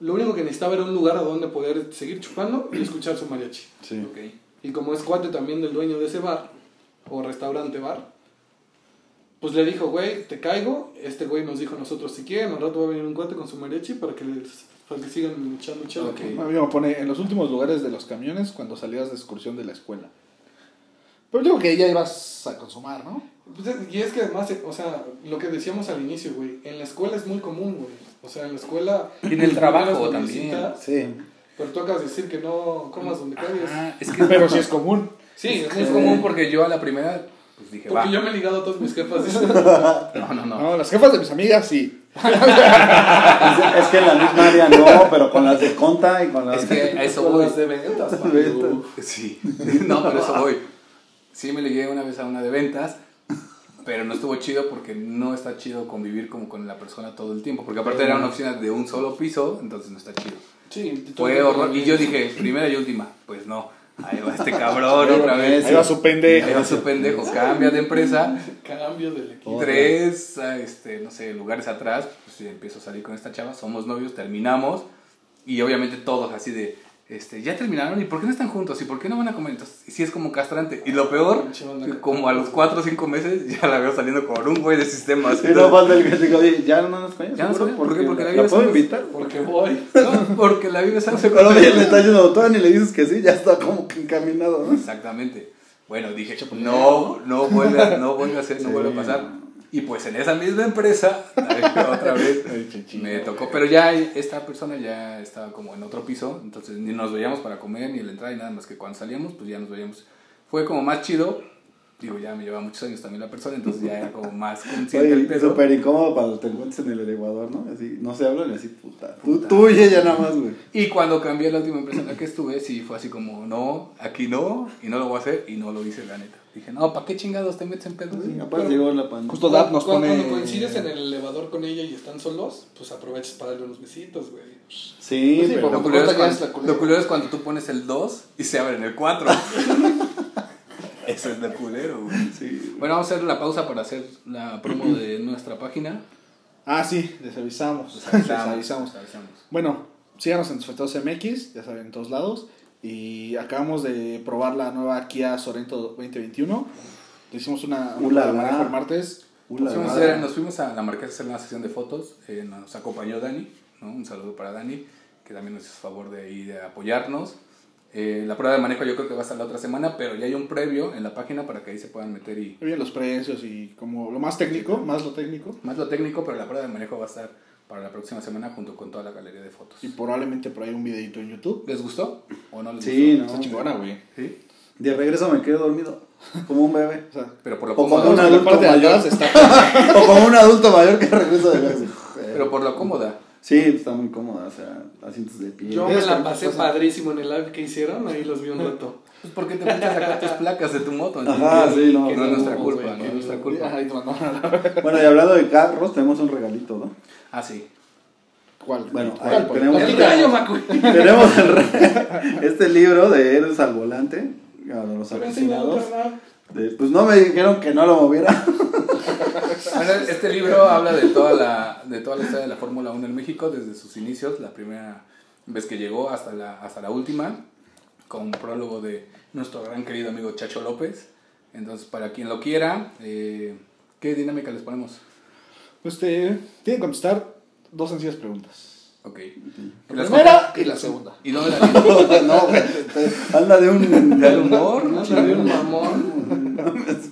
[SPEAKER 3] lo único que necesitaba era un lugar a donde poder seguir chupando y escuchar su mariachi.
[SPEAKER 4] Sí.
[SPEAKER 1] Ok.
[SPEAKER 3] Y como es cuate también del dueño de ese bar, o restaurante bar, pues le dijo, güey, te caigo. Este güey nos dijo a nosotros si quieren, al rato va a venir un cuate con su mariachi para que, les, para que sigan echando chela.
[SPEAKER 1] Ok.
[SPEAKER 2] A mí me pone en los últimos lugares de los camiones cuando salías de excursión de la escuela. Pero yo creo que ya ibas a consumar, ¿no?
[SPEAKER 3] Pues es- y es que además, eh, o sea, lo que decíamos al inicio, güey, en la escuela es muy común, güey. O sea, en la escuela... pues,
[SPEAKER 1] Y en el trabajo
[SPEAKER 3] Tú vas donde
[SPEAKER 1] también.
[SPEAKER 3] visitas,
[SPEAKER 4] Sí.
[SPEAKER 3] Pero tú acabas de decir que no comas donde cagues.
[SPEAKER 1] Ah, es que
[SPEAKER 2] Pero sí es común.
[SPEAKER 3] Sí, es muy
[SPEAKER 1] es
[SPEAKER 3] común.
[SPEAKER 1] común porque yo a la primera pues dije, va.
[SPEAKER 3] Porque yo me he ligado a todos mis jefas.
[SPEAKER 1] No, no, no.
[SPEAKER 2] No, las jefas de mis amigas sí.
[SPEAKER 4] Es, es que en la misma área no, pero con las de conta y con Ah, las
[SPEAKER 1] Es que a eso
[SPEAKER 3] Son
[SPEAKER 1] voy.
[SPEAKER 3] las de ventas, papi.
[SPEAKER 4] Ventas.
[SPEAKER 1] Sí. No, pero eso voy. Sí me ligué una vez a una de ventas, pero no estuvo chido porque no está chido convivir como con la persona todo el tiempo. Porque aparte era una oficina de un solo piso, entonces no está chido.
[SPEAKER 3] Sí, tú-
[SPEAKER 1] Fue horror. Y yo dije, primera y última. Pues no. Ahí va este cabrón otra vez.
[SPEAKER 2] Ahí va su
[SPEAKER 1] Ahí
[SPEAKER 2] pendejo.
[SPEAKER 1] va su pendejo. Cambia de empresa.
[SPEAKER 3] Cambio del equipo.
[SPEAKER 4] Otra.
[SPEAKER 1] tres, a, este, no sé, lugares atrás, pues sí, empiezo a salir con esta chava, somos novios, terminamos, y obviamente todos así de, este, ya terminaron, ¿y por qué no están juntos? ¿Y por qué no van a comer? Entonces, sí es como castrante, y lo peor,
[SPEAKER 3] Pinche onda.
[SPEAKER 1] como a los cuatro o cinco meses, ya la veo saliendo con un güey de sistemas.
[SPEAKER 4] Y no falta el que diga, oye, ya no nos conoces.
[SPEAKER 1] Ya no nos
[SPEAKER 4] seguro?
[SPEAKER 1] conoces, porque- porque la
[SPEAKER 4] la,
[SPEAKER 1] vida
[SPEAKER 4] puedo
[SPEAKER 1] somos-
[SPEAKER 4] invitar.
[SPEAKER 3] Porque voy.
[SPEAKER 1] No, porque la vives hace
[SPEAKER 4] Pero oye, le estás yendo doctora y le dices que sí, ya está como que encaminado, ¿no?
[SPEAKER 1] Exactamente. Bueno, dije, no, no vuelve a, no vuelve a hacer, no
[SPEAKER 4] Sí.
[SPEAKER 1] vuelve a pasar. Y pues en esa misma empresa, otra vez,
[SPEAKER 2] Ay, chichín.
[SPEAKER 1] me tocó. Pero ya esta persona ya estaba como en otro piso, entonces ni nos veíamos para comer, ni la entrada, ni nada más que cuando salíamos, pues ya nos veíamos. Fue como más chido. Digo, ya me llevaba muchos años también la persona, entonces ya era como más consciente el
[SPEAKER 4] Oye,
[SPEAKER 1] pedo.
[SPEAKER 4] súper incómodo cuando te encuentres en el elevador, ¿no? Así, no se hablan y así, puta. Tú, tú y ella nada más, güey.
[SPEAKER 1] Y cuando cambié la última empresa en la que estuve, sí fue así como, no, aquí no, y no lo voy a hacer, y no lo hice, la neta. Dije, no, ¿para qué chingados te metes en pedo?
[SPEAKER 4] Sí, aparte llegó la pandemia.
[SPEAKER 2] Justo Dad nos
[SPEAKER 3] Cuando-
[SPEAKER 2] pone.
[SPEAKER 3] Cuando coincides en el elevador con ella y están solos, pues aprovechas para darle unos besitos, güey.
[SPEAKER 4] Sí,
[SPEAKER 2] Pues sí,
[SPEAKER 4] pero.
[SPEAKER 1] Lo
[SPEAKER 2] porque-
[SPEAKER 1] culero, es
[SPEAKER 2] Corta que
[SPEAKER 1] cuando,
[SPEAKER 2] es la culera.
[SPEAKER 1] lo culero es cuando tú pones el 2 y se abre en el 4. Eso es de culero, güey.
[SPEAKER 4] Sí.
[SPEAKER 1] Bueno, vamos a hacer la pausa para hacer la promo de nuestra página.
[SPEAKER 2] Ah, sí, les avisamos. Les avisamos. Bueno, síganos en Desfactados MX, ya saben, en todos lados. Y acabamos de probar la nueva Kia Sorento 2021. Le hicimos una, una
[SPEAKER 4] Ulala.
[SPEAKER 2] manejo el martes.
[SPEAKER 1] Nos
[SPEAKER 4] Ula,
[SPEAKER 1] fuimos, pues, a
[SPEAKER 4] madre.
[SPEAKER 1] hacer- nos fuimos a la marquesa a hacer una sesión de fotos. eh, nos acompañó Dani, ¿no? Un saludo para Dani, que también nos hizo favor de ahí de apoyarnos. Eh, la prueba de manejo yo creo que va a estar la otra semana, pero ya hay un previo en la página para que ahí se puedan meter y,
[SPEAKER 2] Muy bien los precios y como lo más técnico, más lo técnico.
[SPEAKER 1] Más lo técnico, pero la prueba de manejo va a estar para la próxima semana junto con toda la galería de fotos.
[SPEAKER 2] Y probablemente por ahí un videito en YouTube.
[SPEAKER 1] ¿Les gustó o no les
[SPEAKER 4] Sí,
[SPEAKER 1] gustó?
[SPEAKER 4] no.
[SPEAKER 2] Está chingona, güey.
[SPEAKER 1] Sí.
[SPEAKER 4] De regreso me quedé dormido, como un bebé.
[SPEAKER 2] O sea,
[SPEAKER 1] Pero por lo
[SPEAKER 4] Como
[SPEAKER 1] cómoda.
[SPEAKER 4] una-
[SPEAKER 2] la
[SPEAKER 4] adulto
[SPEAKER 2] parte de
[SPEAKER 4] mayor.
[SPEAKER 2] atrás está.
[SPEAKER 4] O como un adulto mayor que regresa de casa.
[SPEAKER 1] Pero por lo cómoda.
[SPEAKER 4] Sí, está muy cómoda, o sea, asientos de piel.
[SPEAKER 3] Yo me
[SPEAKER 2] Es que
[SPEAKER 3] la
[SPEAKER 2] no
[SPEAKER 3] pasé
[SPEAKER 2] pasa.
[SPEAKER 3] padrísimo en el live que hicieron, ahí los vi un rato.
[SPEAKER 1] Pues porque te fuiste a sacar tus placas de tu moto.
[SPEAKER 4] Ajá, sí, no,
[SPEAKER 1] que no es
[SPEAKER 4] no,
[SPEAKER 1] nuestra
[SPEAKER 3] no,
[SPEAKER 1] culpa,
[SPEAKER 3] güey,
[SPEAKER 1] no
[SPEAKER 3] que
[SPEAKER 1] es nuestra
[SPEAKER 2] Ajá,
[SPEAKER 1] culpa.
[SPEAKER 2] y te mandaron a la-
[SPEAKER 4] Bueno, y hablando de carros, tenemos un regalito, ¿no?
[SPEAKER 1] Ah, sí.
[SPEAKER 2] ¿Cuál?
[SPEAKER 4] Bueno,
[SPEAKER 2] ¿Cuál?
[SPEAKER 4] ahí
[SPEAKER 2] ¿Cuál?
[SPEAKER 4] tenemos-
[SPEAKER 2] ¿Cuál?
[SPEAKER 3] El gallo, Macuy.
[SPEAKER 4] tenemos el re- este libro de Héroes al Volante, a los
[SPEAKER 3] Pero enseñado,
[SPEAKER 4] aficionados.
[SPEAKER 3] carnal.
[SPEAKER 4] De- pues no me dijeron que no lo moviera.
[SPEAKER 1] Bueno, este libro habla de toda la, de toda la historia de la Fórmula 1 en México, desde sus inicios, la primera vez que llegó hasta la, hasta la última, con un prólogo de nuestro gran querido amigo Chacho López. Entonces, para quien lo quiera, eh, ¿qué dinámica les ponemos?
[SPEAKER 2] Este, tienen que contestar dos sencillas preguntas.
[SPEAKER 1] Ok.
[SPEAKER 2] La
[SPEAKER 1] Las
[SPEAKER 2] primera y la segunda.
[SPEAKER 1] ¿Y dónde la leí?
[SPEAKER 4] no, güey, anda de un...
[SPEAKER 1] ¿Del humor?
[SPEAKER 3] No, la vi un mamón.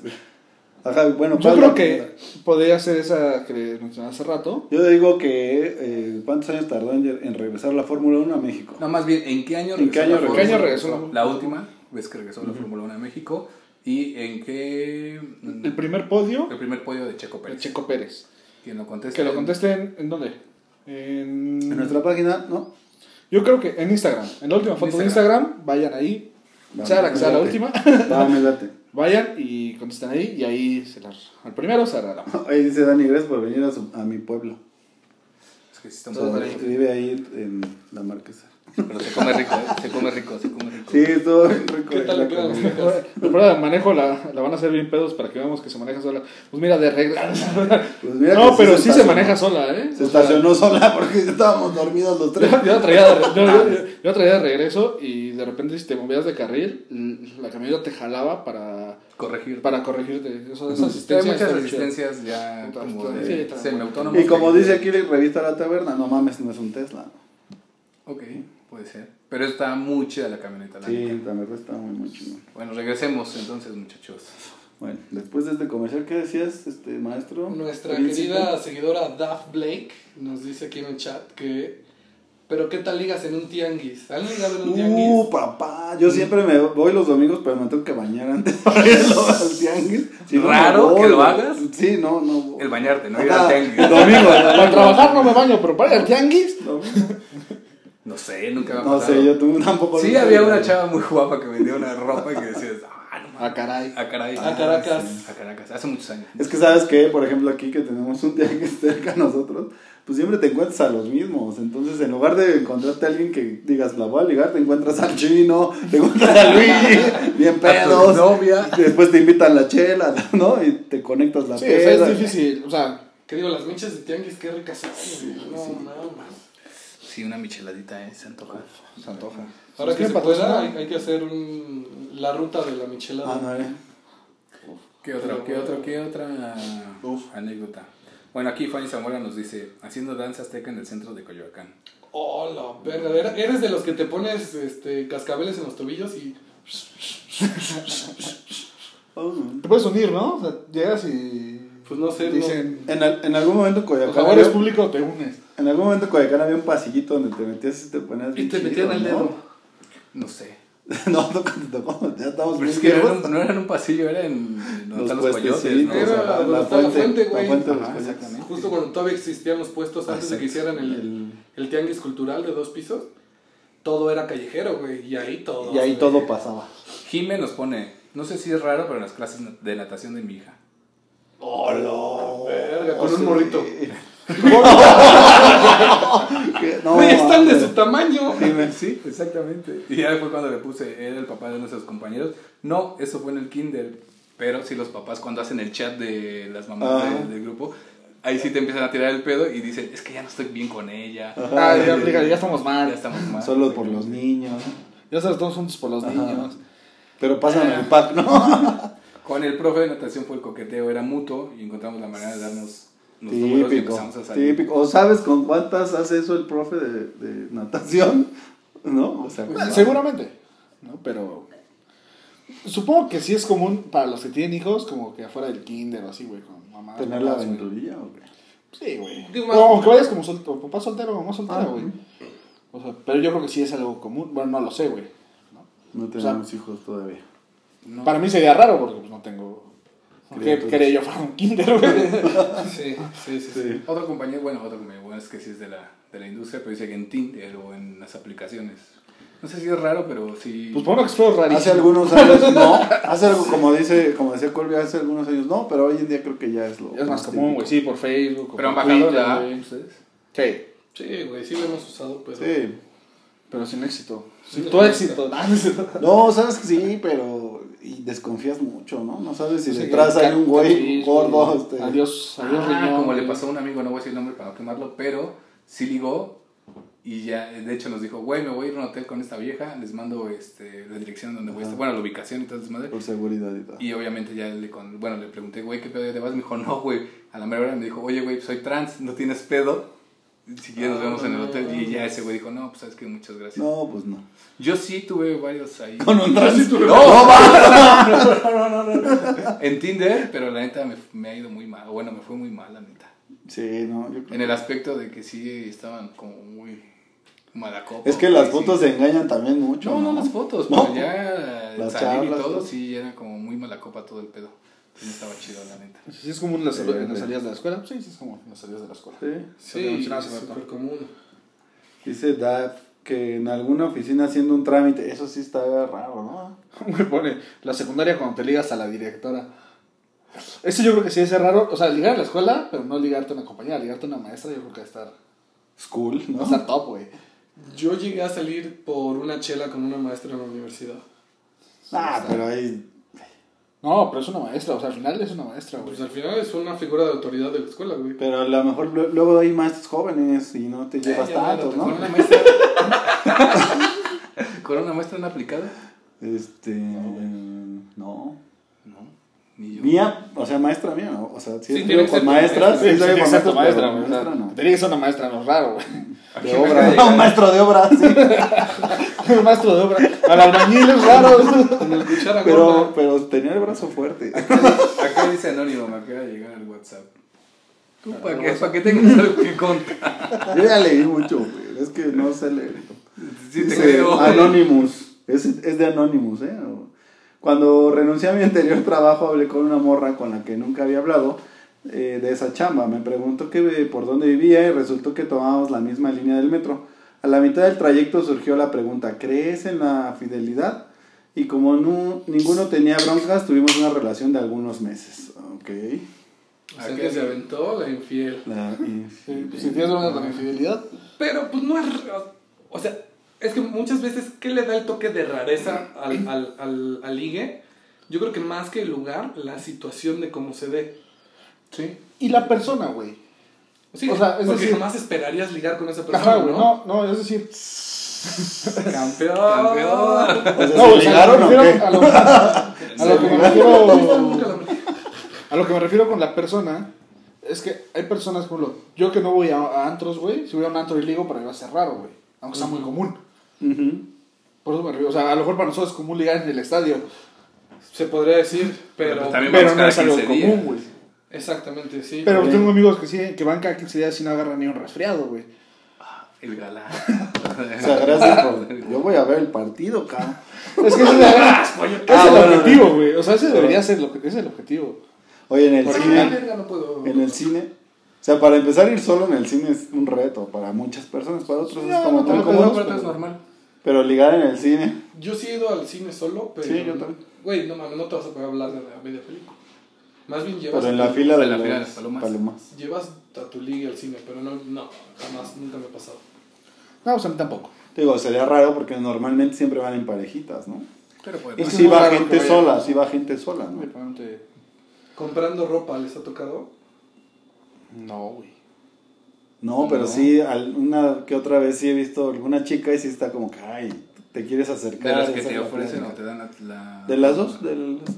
[SPEAKER 4] Ajá, bueno,
[SPEAKER 2] Yo
[SPEAKER 4] ¿cuál
[SPEAKER 2] creo
[SPEAKER 4] la
[SPEAKER 2] que
[SPEAKER 4] primera?
[SPEAKER 2] podría ser esa que les mencioné hace rato.
[SPEAKER 4] Yo digo que... eh, ¿Cuántos años tardó en, en regresar la Fórmula 1 a México?
[SPEAKER 1] No, más bien, ¿en qué año
[SPEAKER 4] ¿En qué año
[SPEAKER 1] la
[SPEAKER 2] ¿Qué año
[SPEAKER 1] Fórmula-
[SPEAKER 2] regresó la-
[SPEAKER 1] La última vez que regresó la Fórmula 1 a México. ¿Y en qué. mm,
[SPEAKER 2] El primer podio,
[SPEAKER 1] el primer podio de Checo
[SPEAKER 2] el
[SPEAKER 1] Pérez?
[SPEAKER 2] Checo Pérez.
[SPEAKER 1] Quien lo conteste.
[SPEAKER 2] Que lo contesten, ¿en dónde? En,
[SPEAKER 4] Este En nuestra página, ¿no?
[SPEAKER 2] Yo creo que en Instagram. En la última
[SPEAKER 1] En
[SPEAKER 2] foto de Instagram, vayan ahí.
[SPEAKER 4] Vamos,
[SPEAKER 2] sea la que sea la
[SPEAKER 4] date.
[SPEAKER 2] última.
[SPEAKER 4] Va, me late.
[SPEAKER 2] Vayan y contesten ahí y ahí se las... Al primero se la
[SPEAKER 4] Ahí dice Dani, gracias por venir a, su- a mi pueblo.
[SPEAKER 1] Es que sí está un poco
[SPEAKER 4] Se
[SPEAKER 1] lejos.
[SPEAKER 4] escribe ahí en la marquesa.
[SPEAKER 1] Pero se come rico, ¿eh? se come rico, se come rico.
[SPEAKER 4] Sí, estuvo bien rico.
[SPEAKER 3] ¿Qué tal
[SPEAKER 4] la
[SPEAKER 3] le quedan
[SPEAKER 4] comida.
[SPEAKER 3] las tacas?
[SPEAKER 2] La prueba de manejo la, la van a hacer bien pedos para que veamos que se maneja sola. Pues mira, de regla.
[SPEAKER 4] Pues mira que
[SPEAKER 2] no, pero sí se
[SPEAKER 4] estacionó.
[SPEAKER 2] maneja sola, ¿eh?
[SPEAKER 4] Se estacionó sola porque estábamos dormidos los tres.
[SPEAKER 2] Yo la traía de, re- yo- yo- yo la traía de regreso y de repente si te movías de carril, l- la camioneta te jalaba para,
[SPEAKER 1] Corregir.
[SPEAKER 2] para corregirte. Eso, esa
[SPEAKER 1] Hay
[SPEAKER 2] asistencia
[SPEAKER 1] muchas
[SPEAKER 2] está muy chida.
[SPEAKER 1] resistencias ya
[SPEAKER 2] Puta,
[SPEAKER 1] como
[SPEAKER 2] está-
[SPEAKER 1] de
[SPEAKER 2] sí, está-
[SPEAKER 1] semiautónomos.
[SPEAKER 4] Y como
[SPEAKER 1] que-
[SPEAKER 4] dice aquí la revista La Taberna, no mames, no es un Tesla.
[SPEAKER 1] Ok, puede ser. Pero está muy chida la camioneta. la neta.
[SPEAKER 4] Sí, la verdad está muy, muy chingón.
[SPEAKER 1] Bueno, regresemos entonces, muchachos.
[SPEAKER 4] Bueno, después de este comercial, ¿qué decías, este maestro?
[SPEAKER 3] Nuestra
[SPEAKER 4] Príncipe.
[SPEAKER 3] querida seguidora Daph Blake nos dice aquí en el chat que. ¿Pero qué tal ligas en un tianguis? ¿Han ligado en un tianguis?
[SPEAKER 4] Uh, papá, yo siempre me voy los domingos, pero me tengo que bañar antes para ir al- al tianguis. Si no,
[SPEAKER 1] Raro
[SPEAKER 4] no voy,
[SPEAKER 1] que lo
[SPEAKER 4] güey.
[SPEAKER 1] hagas.
[SPEAKER 4] Sí, no, no. voy.
[SPEAKER 1] El bañarte, no ir al
[SPEAKER 4] Ah,
[SPEAKER 1] tianguis.
[SPEAKER 4] Domingo,
[SPEAKER 2] Para trabajar no me baño, pero para el tianguis.
[SPEAKER 4] domingo.
[SPEAKER 1] No sé, nunca me ha
[SPEAKER 4] No
[SPEAKER 1] pasado.
[SPEAKER 4] sé, yo tú tampoco.
[SPEAKER 1] Sí,
[SPEAKER 4] nunca
[SPEAKER 1] había
[SPEAKER 4] lo
[SPEAKER 1] una
[SPEAKER 4] hago.
[SPEAKER 1] chava muy guapa que vendía una ropa y que decías, ah, no mames.
[SPEAKER 2] Ah, caray.
[SPEAKER 1] A caray.
[SPEAKER 3] A Caracas.
[SPEAKER 1] A Caracas, hace muchos años.
[SPEAKER 4] Es que sabes que, por ejemplo, aquí que tenemos un tianguis cerca a nosotros, pues siempre te encuentras a los mismos. Entonces, en lugar de encontrarte a alguien que digas, la voy a ligar, te encuentras al chino, te encuentras a Luigi, bien
[SPEAKER 1] A tu
[SPEAKER 4] pedos.
[SPEAKER 1] novia.
[SPEAKER 4] Después te invitan la chela, ¿no? Y te conectas la
[SPEAKER 2] Sí, o sea,
[SPEAKER 4] peda.
[SPEAKER 2] es difícil. O sea,
[SPEAKER 3] Que digo, las michas de tianguis, qué ricas son. güey. no mames.
[SPEAKER 1] Sí, una micheladita, eh, se antoja.
[SPEAKER 2] se antoja.
[SPEAKER 3] Ahora
[SPEAKER 2] Si nos quieren
[SPEAKER 3] que se pueda, hay,
[SPEAKER 2] patrocinar,
[SPEAKER 3] hay que hacer un- la ruta de la michelada.
[SPEAKER 4] Ah, no, eh.
[SPEAKER 1] ¿Qué otra, qué otra, qué otra anécdota? Bueno, aquí Fanny Zamora nos dice, haciendo danza azteca en el centro de Coyoacán.
[SPEAKER 3] Oh, la verga. era- Eres de los que te pones este, cascabeles en los tobillos y.
[SPEAKER 4] Oh, no.
[SPEAKER 2] Te puedes unir, ¿no? O sea, llegas y.
[SPEAKER 3] Pues no Ah, sé,
[SPEAKER 2] Dicen.
[SPEAKER 4] En, al- en algún momento
[SPEAKER 2] Por
[SPEAKER 4] Coyacán
[SPEAKER 2] favor, es público, te unes.
[SPEAKER 4] en algún momento Coyacán había un pasillito donde te metías y te ponías
[SPEAKER 3] Y
[SPEAKER 4] bien
[SPEAKER 3] te
[SPEAKER 4] chido,
[SPEAKER 3] metían el
[SPEAKER 4] ¿no?
[SPEAKER 3] dedo.
[SPEAKER 1] No sé.
[SPEAKER 4] no, no, cuando te tocó, ya estamos
[SPEAKER 1] Pero
[SPEAKER 4] bien
[SPEAKER 1] es que no
[SPEAKER 4] viejos.
[SPEAKER 1] era, no era en un pasillo, era en en donde
[SPEAKER 4] Los
[SPEAKER 1] están los coyotes, ¿no?
[SPEAKER 4] puestecitos,
[SPEAKER 3] Era
[SPEAKER 4] o sea, la-
[SPEAKER 3] donde
[SPEAKER 4] la
[SPEAKER 3] está la fuente,
[SPEAKER 4] la
[SPEAKER 3] güey.
[SPEAKER 4] fuente de los
[SPEAKER 1] Ajá,
[SPEAKER 4] coyotes.
[SPEAKER 1] exactamente.
[SPEAKER 3] Justo cuando todavía existían los puestos antes de que hicieran el,
[SPEAKER 4] El-
[SPEAKER 3] el tianguis cultural de dos pisos, todo era callejero, güey. Y ahí todo.
[SPEAKER 4] Y ahí
[SPEAKER 3] güey.
[SPEAKER 4] todo pasaba.
[SPEAKER 1] Jime nos pone, no sé si es raro, pero en las clases de natación de mi hija.
[SPEAKER 3] ¡Hola! Verga, con
[SPEAKER 4] Sí.
[SPEAKER 3] un morrito.
[SPEAKER 4] Que- no,
[SPEAKER 3] Güey, están de
[SPEAKER 4] mames.
[SPEAKER 3] su tamaño.
[SPEAKER 4] Dime.
[SPEAKER 1] Sí, exactamente. Y ya fue cuando le puse, era el papá de nuestros compañeros. No, eso fue en el kinder. Pero sí los papás cuando hacen el chat de las mamás
[SPEAKER 4] Ajá.
[SPEAKER 1] de- del grupo, ahí sí te empiezan a tirar el pedo y dicen, es que ya no estoy bien con ella.
[SPEAKER 2] Ah, ya, aplica, ya estamos mal.
[SPEAKER 1] Ya estamos mal.
[SPEAKER 4] Solo por los niños.
[SPEAKER 2] Ya sabes, todos juntos por los niños.
[SPEAKER 4] Pero pasan el pack, ¿no?
[SPEAKER 1] Con el profe de natación fue el coqueteo, era mutuo y encontramos la manera de darnos los números y
[SPEAKER 4] Típico.
[SPEAKER 1] empezamos a salir.
[SPEAKER 4] Típico. ¿O sabes con cuántas hace eso el profe de, de natación? ¿No? O sea,
[SPEAKER 2] Bueno,
[SPEAKER 4] con-
[SPEAKER 2] Seguramente, ¿no? Pero supongo que sí es común para los que tienen hijos, como que afuera del kinder o así, güey, con mamá.
[SPEAKER 4] tener la
[SPEAKER 2] papás, güey.
[SPEAKER 4] aventurilla, o qué?
[SPEAKER 2] Sí, güey.
[SPEAKER 3] Digo, más-
[SPEAKER 2] O aunque vayas como soltero, papá soltero, mamá soltera,
[SPEAKER 4] Ah,
[SPEAKER 2] güey.
[SPEAKER 4] ujú.
[SPEAKER 2] O sea, pero yo creo que sí es algo común. Bueno, no lo sé, güey.
[SPEAKER 4] No tenemos hijos todavía.
[SPEAKER 2] Para mí sería raro porque pues, no tengo... ¿Qué
[SPEAKER 4] Criaturas.
[SPEAKER 2] quería yo para un kinder, güey?
[SPEAKER 3] Sí, sí, sí. sí.
[SPEAKER 1] Otro compañero, bueno, otro compañero, bueno, es que sí es de la, de la industria, pero dice que en Tinder o en las aplicaciones. No sé si es raro, pero sí.
[SPEAKER 2] Pues pongo que fue rarísimo.
[SPEAKER 4] Hace algunos años no, hace algo como dice, como decía Colby, hace algunos años no, pero hoy en día creo que ya es lo
[SPEAKER 2] Es más común, güey, sí, por Facebook. o
[SPEAKER 1] Pero han
[SPEAKER 2] por
[SPEAKER 1] bajado
[SPEAKER 2] Twitter,
[SPEAKER 1] ya.
[SPEAKER 2] güey.
[SPEAKER 1] ¿Ustedes?
[SPEAKER 2] Sí,
[SPEAKER 3] Sí, güey, sí lo hemos usado, pero.
[SPEAKER 4] Sí.
[SPEAKER 2] pero sin éxito.
[SPEAKER 3] Sí,
[SPEAKER 2] Sin
[SPEAKER 3] te
[SPEAKER 2] todo
[SPEAKER 3] consta.
[SPEAKER 2] éxito. Ah, no es cierto.
[SPEAKER 4] No, sabes que sí, pero y desconfías mucho, ¿no? No sabes si
[SPEAKER 2] Sí,
[SPEAKER 4] detrás
[SPEAKER 2] que-
[SPEAKER 4] hay un güey
[SPEAKER 2] sí,
[SPEAKER 4] gordo.
[SPEAKER 2] güey.
[SPEAKER 4] Este,
[SPEAKER 2] Adiós, adiós,
[SPEAKER 1] Ah,
[SPEAKER 2] riñón,
[SPEAKER 1] como
[SPEAKER 2] güey.
[SPEAKER 1] le pasó a un amigo, no voy a decir el nombre para no quemarlo, pero sí ligó y ya, de hecho nos dijo, güey, me voy a ir a un hotel con esta vieja, les mando este, la dirección donde voy a estar, bueno, la ubicación y todo eso, madre.
[SPEAKER 4] Por seguridad y tal.
[SPEAKER 1] Y obviamente ya le, con, bueno, le pregunté, güey, ¿qué pedo ya te vas? Me dijo, no, güey, a la mera hora me dijo, oye, güey, pues, soy trans, no tienes pedo, si quieres nos vemos en el hotel. Y ya ese güey dijo, no, pues sabes que muchas gracias.
[SPEAKER 4] No, pues no.
[SPEAKER 1] Yo sí tuve varios ahí.
[SPEAKER 4] Con un trans.
[SPEAKER 1] No, va. no, no, no, no, no. En Tinder, pero la neta me, me ha ido muy mal. Bueno, me fue muy mal, la neta.
[SPEAKER 4] Sí, no, yo creo.
[SPEAKER 1] En el aspecto de que sí estaban como muy malacopa.
[SPEAKER 4] Es que las fotos se engañan también mucho.
[SPEAKER 1] No, no las fotos,
[SPEAKER 4] No.
[SPEAKER 1] pero ya el
[SPEAKER 4] Las
[SPEAKER 1] salir y
[SPEAKER 4] charlas,
[SPEAKER 1] todo,
[SPEAKER 4] ¿no?
[SPEAKER 1] sí, era como muy malacopa todo el pedo. No estaba chido, la neta.
[SPEAKER 2] Sí, es común en las,
[SPEAKER 4] Sí,
[SPEAKER 2] en las
[SPEAKER 4] sí.
[SPEAKER 2] salidas de la escuela. Sí, sí, es común en las salidas de la escuela.
[SPEAKER 4] Sí.
[SPEAKER 3] Sí,
[SPEAKER 2] Sí, hace rato.
[SPEAKER 3] súper común.
[SPEAKER 4] Dice Daf que en alguna oficina haciendo un trámite, eso sí está raro, ¿no?
[SPEAKER 2] Me pone la secundaria cuando te ligas a la directora. Eso yo creo que sí es raro. O sea, ligar a la escuela, pero no ligarte a una compañera, ligarte a una maestra, yo creo que va a estar, va
[SPEAKER 4] Es cool,
[SPEAKER 2] a
[SPEAKER 4] ¿no?
[SPEAKER 2] estar top, güey.
[SPEAKER 3] Yo llegué a salir por una chela con una maestra en la universidad.
[SPEAKER 4] Ah, pero ahí.
[SPEAKER 2] No, pero es una maestra, o sea, al final es una maestra, güey.
[SPEAKER 3] Pues al final es una figura de autoridad de la escuela, güey.
[SPEAKER 4] Pero a lo mejor lu- luego hay maestros jóvenes y no te llevas
[SPEAKER 3] ya,
[SPEAKER 4] tanto,
[SPEAKER 3] ya,
[SPEAKER 1] Con
[SPEAKER 4] ¿no?
[SPEAKER 1] una muestra. Con una muestra no aplicada.
[SPEAKER 4] Este. eh, No.
[SPEAKER 1] No, ni yo.
[SPEAKER 4] Mía, o sea, maestra mía, ¿no? O sea,
[SPEAKER 3] Sí,
[SPEAKER 4] sí, he
[SPEAKER 3] tiene
[SPEAKER 4] salido
[SPEAKER 3] que
[SPEAKER 4] con
[SPEAKER 3] ser
[SPEAKER 4] maestras, sí, he
[SPEAKER 2] Ah, Sí,
[SPEAKER 4] salido
[SPEAKER 2] tiene que
[SPEAKER 4] con
[SPEAKER 2] ser tu
[SPEAKER 4] maestras,
[SPEAKER 2] maestra,
[SPEAKER 4] pero
[SPEAKER 2] güey. o sea,
[SPEAKER 4] maestra no.
[SPEAKER 2] Tenía que ser una maestra, no es raro, güey.
[SPEAKER 1] Aquí
[SPEAKER 4] De
[SPEAKER 1] me
[SPEAKER 4] obra,
[SPEAKER 1] acaba de
[SPEAKER 4] un maestro de obra, sí.
[SPEAKER 2] Un maestro de obra. Al albañil es raro.
[SPEAKER 3] Con el cuchara
[SPEAKER 4] Pero,
[SPEAKER 3] gorda.
[SPEAKER 4] pero tenía el brazo fuerte.
[SPEAKER 1] Acá dice anónimo, me acaba de llegar al WhatsApp. Tú, para que, pa' que tengas algo que contar.
[SPEAKER 4] Yo ya leí mucho, güey. Es que no sé leer.
[SPEAKER 1] Sí, te
[SPEAKER 4] Dice,
[SPEAKER 1] creo.
[SPEAKER 4] Anonymous. Es, es de Anonymous, ¿eh? O- Cuando renuncié a mi anterior trabajo, hablé con una morra con la que nunca había hablado eh, de esa chamba. Me preguntó que eh, por dónde vivía y resultó que tomábamos la misma línea del metro. A la mitad del trayecto surgió la pregunta, ¿crees en la fidelidad? Y como nu- ninguno tenía broncas, tuvimos una relación de algunos meses. Ok.
[SPEAKER 3] O sea, que se aventó la infiel.
[SPEAKER 4] La
[SPEAKER 2] Sí, pues, si tienes una con infidelidad,
[SPEAKER 3] Pero pues no es. ra- O sea, es que muchas veces, ¿qué le da el toque de rareza al, al, al, al ligue? Yo creo que más que el lugar, la situación de cómo se dé.
[SPEAKER 2] sí. Y la persona, güey.
[SPEAKER 3] Sí,
[SPEAKER 2] O sea, es
[SPEAKER 3] porque
[SPEAKER 2] decir-
[SPEAKER 3] jamás esperarías ligar con esa persona,
[SPEAKER 2] Ajá, güey.
[SPEAKER 3] ¿no?
[SPEAKER 2] No, no, es decir.
[SPEAKER 1] Campeón.
[SPEAKER 4] O sea,
[SPEAKER 2] pues, No,
[SPEAKER 4] ¿se
[SPEAKER 2] o sea,
[SPEAKER 4] ligaron o
[SPEAKER 2] me
[SPEAKER 4] qué?
[SPEAKER 2] refiero A lo, a lo que me refiero.
[SPEAKER 3] Campeón.
[SPEAKER 2] A lo que me refiero con la persona es que hay personas, por ejemplo, yo que no voy a, a antros, güey, si voy a un antro y ligo, para mí va a ser raro, güey. Aunque sea muy común.
[SPEAKER 4] Ujú.
[SPEAKER 2] Por eso me refiero. O sea, a lo mejor para nosotros es común ligar en el estadio,
[SPEAKER 3] Se podría decir,
[SPEAKER 1] Pero,
[SPEAKER 3] pero.
[SPEAKER 1] pues, también-
[SPEAKER 2] pero
[SPEAKER 1] vamos
[SPEAKER 2] no
[SPEAKER 1] cada
[SPEAKER 2] es algo
[SPEAKER 1] 15 días.
[SPEAKER 2] común, güey.
[SPEAKER 3] Exactamente, sí.
[SPEAKER 2] Pero
[SPEAKER 4] Bien.
[SPEAKER 2] tengo amigos que sí, que van cada 15 días y no agarran ni un resfriado, güey.
[SPEAKER 1] El galán.
[SPEAKER 4] O sea, gracias por... Yo voy a ver el partido, cabrón.
[SPEAKER 2] Es que ese, es
[SPEAKER 4] Ah,
[SPEAKER 2] el
[SPEAKER 4] bueno,
[SPEAKER 2] objetivo,
[SPEAKER 4] bueno.
[SPEAKER 2] güey. O sea, ese
[SPEAKER 4] Pero-
[SPEAKER 2] debería ser lo que, ese es el objetivo.
[SPEAKER 4] Oye, en el
[SPEAKER 3] Por
[SPEAKER 4] cine...
[SPEAKER 3] la verga no puedo.
[SPEAKER 4] En el cine. O sea, para empezar ir solo en el cine es un reto para muchas personas, para otros es como tan
[SPEAKER 1] Pero
[SPEAKER 4] cómodo,
[SPEAKER 1] todo es
[SPEAKER 4] pero-
[SPEAKER 1] normal.
[SPEAKER 4] Pero ligar en el cine.
[SPEAKER 3] Yo sí he ido al cine solo, pero.
[SPEAKER 4] Sí, yo también.
[SPEAKER 3] Güey, no mames, no te vas a poder hablar de la media película. Más bien llevas.
[SPEAKER 4] Pero en
[SPEAKER 3] a
[SPEAKER 4] la
[SPEAKER 3] tu-
[SPEAKER 4] fila de,
[SPEAKER 1] en la
[SPEAKER 4] los
[SPEAKER 1] fila de las palomas.
[SPEAKER 3] Llevas a tu ligue al cine, pero no, no, jamás, nunca me ha pasado.
[SPEAKER 2] No, pues a mí tampoco.
[SPEAKER 4] Digo, sería raro porque normalmente siempre van en parejitas, ¿no?
[SPEAKER 1] Pero puede
[SPEAKER 4] Y
[SPEAKER 2] Es
[SPEAKER 1] pasar.
[SPEAKER 2] que
[SPEAKER 4] si
[SPEAKER 2] muy
[SPEAKER 4] va
[SPEAKER 2] raro que
[SPEAKER 4] gente
[SPEAKER 2] vaya.
[SPEAKER 4] sola, si va gente sola, ¿no?
[SPEAKER 3] Comprando ropa, ¿les ha tocado?
[SPEAKER 2] No, güey.
[SPEAKER 4] No, pero
[SPEAKER 2] No.
[SPEAKER 4] sí, al- una que otra vez sí he visto alguna chica y sí está como que, ay, te quieres acercar.
[SPEAKER 1] De las
[SPEAKER 4] a
[SPEAKER 1] que
[SPEAKER 4] esa
[SPEAKER 1] te
[SPEAKER 4] relación".
[SPEAKER 1] ofrecen o te dan la- la.
[SPEAKER 4] De las dos, de las-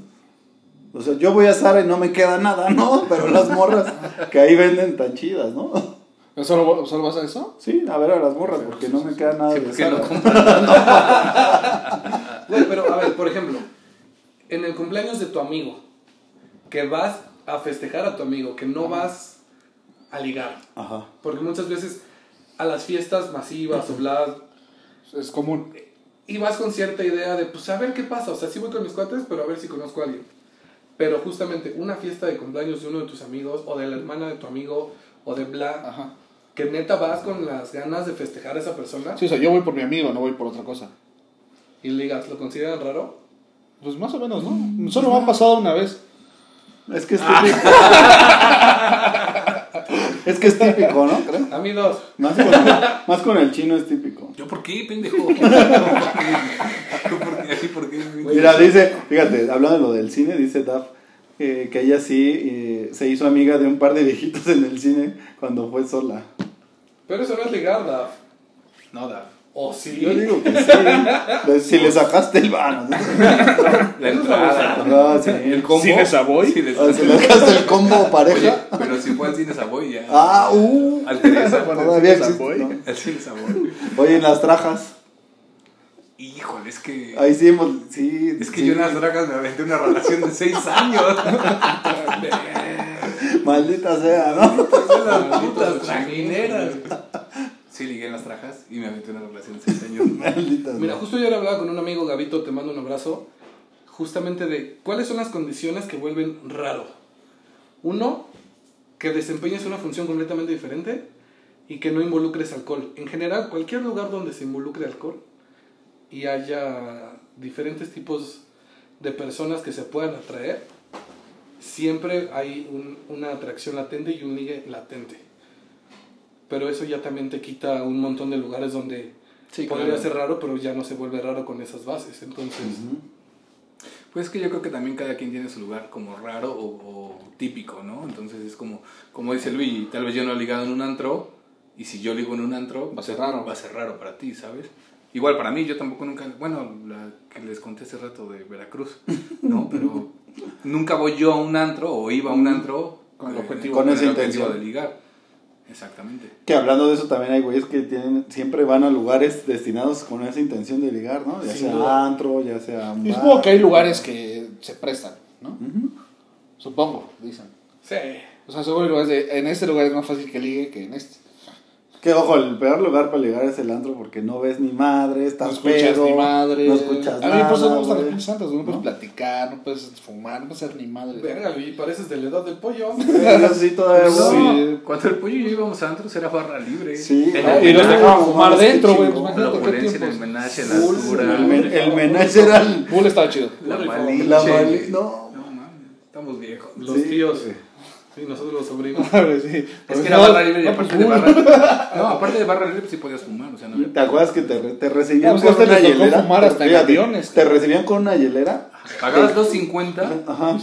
[SPEAKER 4] O sea, yo voy a Sara y no me queda nada, ¿no? Pero las morras que ahí venden tan chidas, ¿no?
[SPEAKER 2] ¿Solo, ¿Solo vas a eso?
[SPEAKER 4] Sí, a ver a las morras, porque no me queda nada
[SPEAKER 1] Sí,
[SPEAKER 4] de
[SPEAKER 1] porque no
[SPEAKER 4] Sara.
[SPEAKER 1] compran.
[SPEAKER 3] Güey, pero a ver, por ejemplo, en el cumpleaños de tu amigo, que vas a festejar a tu amigo, que no vas a ligar.
[SPEAKER 4] Ajá.
[SPEAKER 3] Porque muchas veces a las fiestas masivas o bla,
[SPEAKER 2] Es común.
[SPEAKER 3] y vas con cierta idea de, pues a ver qué pasa. O sea, sí voy con mis cuates, pero a ver si conozco a alguien. Pero justamente una fiesta de cumpleaños de uno de tus amigos, o de la hermana de tu amigo, o de bla,
[SPEAKER 2] Ajá.
[SPEAKER 3] que neta vas con las ganas de festejar a esa persona
[SPEAKER 2] Sí, o sea, yo voy por mi amigo, no voy por otra cosa.
[SPEAKER 3] y ligas, ¿lo consideran raro?
[SPEAKER 2] Pues más o menos, ¿no? Solo me han pasado una vez.
[SPEAKER 4] Es que es típico.
[SPEAKER 1] Ah.
[SPEAKER 4] es que es típico, ¿no? Creo.
[SPEAKER 3] A mí dos.
[SPEAKER 4] Más con, más con el chino es típico.
[SPEAKER 1] ¿Yo por qué, pendejo? ¿Yo por qué? ¿Así por qué?
[SPEAKER 4] Mira, dice, fíjate, hablando de lo del cine, dice Daf eh, que ella sí eh, se hizo amiga de un par de viejitos en el cine cuando fue sola.
[SPEAKER 3] Pero eso no es ligar, Daf.
[SPEAKER 1] No, da.
[SPEAKER 3] O sí.
[SPEAKER 4] Yo digo que sí. Le- Si le sacaste el vano.
[SPEAKER 1] La entrada.
[SPEAKER 4] No, sí.
[SPEAKER 2] ¿Cine Savoy?
[SPEAKER 1] Sí, les-
[SPEAKER 4] O Si le sacaste el combo
[SPEAKER 1] Oye,
[SPEAKER 4] pareja.
[SPEAKER 1] pero si fue al cine Savoy ya.
[SPEAKER 4] Ah, uh.
[SPEAKER 1] Al Teresa.
[SPEAKER 4] Todavía
[SPEAKER 2] ¿sí te
[SPEAKER 4] existe,
[SPEAKER 2] saboy?
[SPEAKER 4] ¿no?
[SPEAKER 1] Al cine Savoy.
[SPEAKER 4] Oye, en las trajas.
[SPEAKER 1] Híjole, es que.
[SPEAKER 4] Ahí sí hemos. Sí,
[SPEAKER 1] Es que
[SPEAKER 4] sí.
[SPEAKER 1] yo en las dragas me aventé una relación de seis años.
[SPEAKER 4] Maldita sea, ¿no?
[SPEAKER 1] Las
[SPEAKER 3] Malditos
[SPEAKER 1] putas trajineras. Sí, ligué en las trajas y me aventé una relación de seis años.
[SPEAKER 4] Maldita sea.
[SPEAKER 3] Mira, justo ayer hablaba con un amigo, Gabito, te mando un abrazo, justamente de cuáles son las condiciones que vuelven raro. Uno, que desempeñes una función completamente diferente y que no involucres alcohol. En general, cualquier lugar donde se involucre alcohol y haya diferentes tipos de personas que se puedan atraer, siempre hay un- una atracción latente y un ligue latente. Pero eso ya también te quita un montón de lugares donde
[SPEAKER 2] Sí,
[SPEAKER 3] Podría
[SPEAKER 2] claro.
[SPEAKER 3] ser raro, pero ya no se vuelve raro con esas bases. Entonces,
[SPEAKER 1] Pues es que yo creo que también cada quien tiene su lugar como raro o, o típico, ¿no? Entonces es como, como dice Luigi, tal vez yo no he ligado en un antro, y si yo ligo en un antro,
[SPEAKER 2] Va a ser raro.
[SPEAKER 1] Va a ser raro para ti, ¿sabes? Igual para mí, yo tampoco nunca, bueno, la que les conté hace rato de Veracruz, ¿no? Pero nunca voy yo a un antro o iba a un antro
[SPEAKER 2] Con el
[SPEAKER 1] eh,
[SPEAKER 2] objetivo-
[SPEAKER 4] Con
[SPEAKER 1] el
[SPEAKER 4] esa
[SPEAKER 1] objetivo
[SPEAKER 4] intención.
[SPEAKER 1] de ligar. Exactamente.
[SPEAKER 4] Que hablando de eso también hay güeyes que tienen, siempre van a lugares destinados con esa intención de ligar, ¿no? Ya
[SPEAKER 2] Sin
[SPEAKER 4] sea
[SPEAKER 2] duda.
[SPEAKER 4] antro, ya sea un
[SPEAKER 2] Y
[SPEAKER 4] bar.
[SPEAKER 2] supongo que hay lugares que se prestan, ¿no?
[SPEAKER 4] Ujú.
[SPEAKER 2] Supongo, dicen.
[SPEAKER 3] sí.
[SPEAKER 2] O sea, seguro hay lugares de, en este lugar es más fácil que ligue que en este.
[SPEAKER 4] Que ojo, el peor lugar para ligar es el antro porque no ves ni madre, estás
[SPEAKER 2] No escuchas
[SPEAKER 4] pedo,
[SPEAKER 2] ni madre.
[SPEAKER 4] No escuchas
[SPEAKER 2] A
[SPEAKER 4] nada.
[SPEAKER 2] mí por eso me gustan
[SPEAKER 4] güey.
[SPEAKER 2] los pinches santos. No puedes
[SPEAKER 4] ¿No?
[SPEAKER 2] platicar, no puedes fumar, no puedes hacer ni madre.
[SPEAKER 3] Verga, Luis, pareces de la edad del pollo.
[SPEAKER 4] Eh, yo sí, todavía
[SPEAKER 2] No.
[SPEAKER 4] voy.
[SPEAKER 1] No, cuando el pollo y yo íbamos a antros era barra libre.
[SPEAKER 4] Sí,
[SPEAKER 1] En
[SPEAKER 4] no,
[SPEAKER 1] el
[SPEAKER 2] y los
[SPEAKER 1] menaje,
[SPEAKER 2] dejaban fumar
[SPEAKER 4] qué
[SPEAKER 2] dentro, güey,
[SPEAKER 4] chingón.
[SPEAKER 2] pues,
[SPEAKER 1] la
[SPEAKER 2] imagínate qué
[SPEAKER 1] opulencia, en el
[SPEAKER 2] tiempos.
[SPEAKER 1] menaje, la
[SPEAKER 4] Full,
[SPEAKER 1] altura.
[SPEAKER 4] El, men- el menaje era el-
[SPEAKER 2] Bull estaba chido.
[SPEAKER 1] La
[SPEAKER 3] La
[SPEAKER 1] malinche.
[SPEAKER 4] la mali- no.
[SPEAKER 1] mames, estamos viejos.
[SPEAKER 3] Los
[SPEAKER 4] Sí.
[SPEAKER 3] tíos. Sí, nosotros los sobrinos.
[SPEAKER 1] Es que era barra libre y aparte
[SPEAKER 4] pues,
[SPEAKER 2] pues,
[SPEAKER 1] de barra No, aparte de barra libre pues, sí podías fumar, o sea, no había-
[SPEAKER 4] ¿Te acuerdas que te, re- te recibían
[SPEAKER 2] No, pues,
[SPEAKER 4] con
[SPEAKER 2] a usted
[SPEAKER 4] una
[SPEAKER 2] les tocó
[SPEAKER 4] hielera?
[SPEAKER 2] fumar hasta en
[SPEAKER 4] Fíjate,
[SPEAKER 2] aviones.
[SPEAKER 4] Te recibían con una hielera.
[SPEAKER 1] Pagabas 2.50,
[SPEAKER 4] Ajá.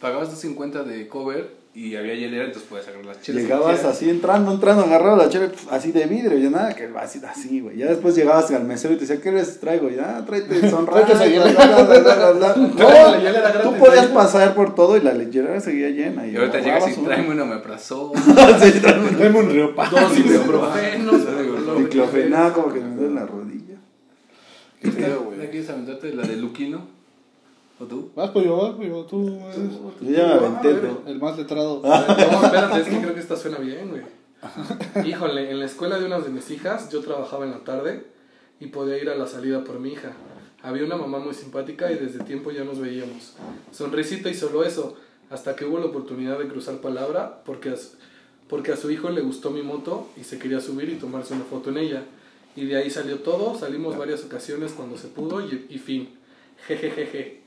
[SPEAKER 1] pagabas 2.50 de cover y había hielera, entonces podías sacar las chelas.
[SPEAKER 4] Llegabas así entrando, entrando, agarrado la chela, pf, así de vidrio, ya nada, que así, así, güey. Ya después llegabas al mesero y te decía, ¿qué les traigo? Ya, ah, tráete el sunrise,
[SPEAKER 2] Tráete esa
[SPEAKER 4] bla,
[SPEAKER 2] hielera.
[SPEAKER 4] bla, bla, bla, bla, bla.
[SPEAKER 3] Tráete la hielera
[SPEAKER 4] No, tú
[SPEAKER 3] gratis,
[SPEAKER 4] podías
[SPEAKER 3] ¿eh?
[SPEAKER 4] pasar por todo y la hielera seguía llena.
[SPEAKER 1] Y ahorita llegas y
[SPEAKER 4] agarrabas una.
[SPEAKER 1] tráeme una omeprazol,
[SPEAKER 4] Sí, tráeme una.
[SPEAKER 2] Dame un río pa.
[SPEAKER 3] Dos ibuprofenos.
[SPEAKER 4] Diclofenaco, porque me duele la rodilla.
[SPEAKER 1] ¿Qué pedo, güey? ¿La quieres aventarte la de Luquino? ¿O tú?
[SPEAKER 2] Vas, pollo, vas, pollo. Tú eres
[SPEAKER 4] Yo ya me aventé,
[SPEAKER 3] Ah,
[SPEAKER 4] ¿no?
[SPEAKER 2] el más letrado.
[SPEAKER 3] No, espérate, es que creo que esta suena bien, güey. Híjole, en la escuela de unas de mis hijas, yo trabajaba en la tarde y podía ir a la salida por mi hija. Había una mamá muy simpática y desde tiempo ya nos veíamos. Sonrisita y solo eso, hasta que hubo la oportunidad de cruzar palabra porque a su, porque a su hijo le gustó mi moto y se quería subir y tomarse una foto en ella. Y de ahí salió todo, salimos varias ocasiones cuando se pudo y, y fin. Jejejeje.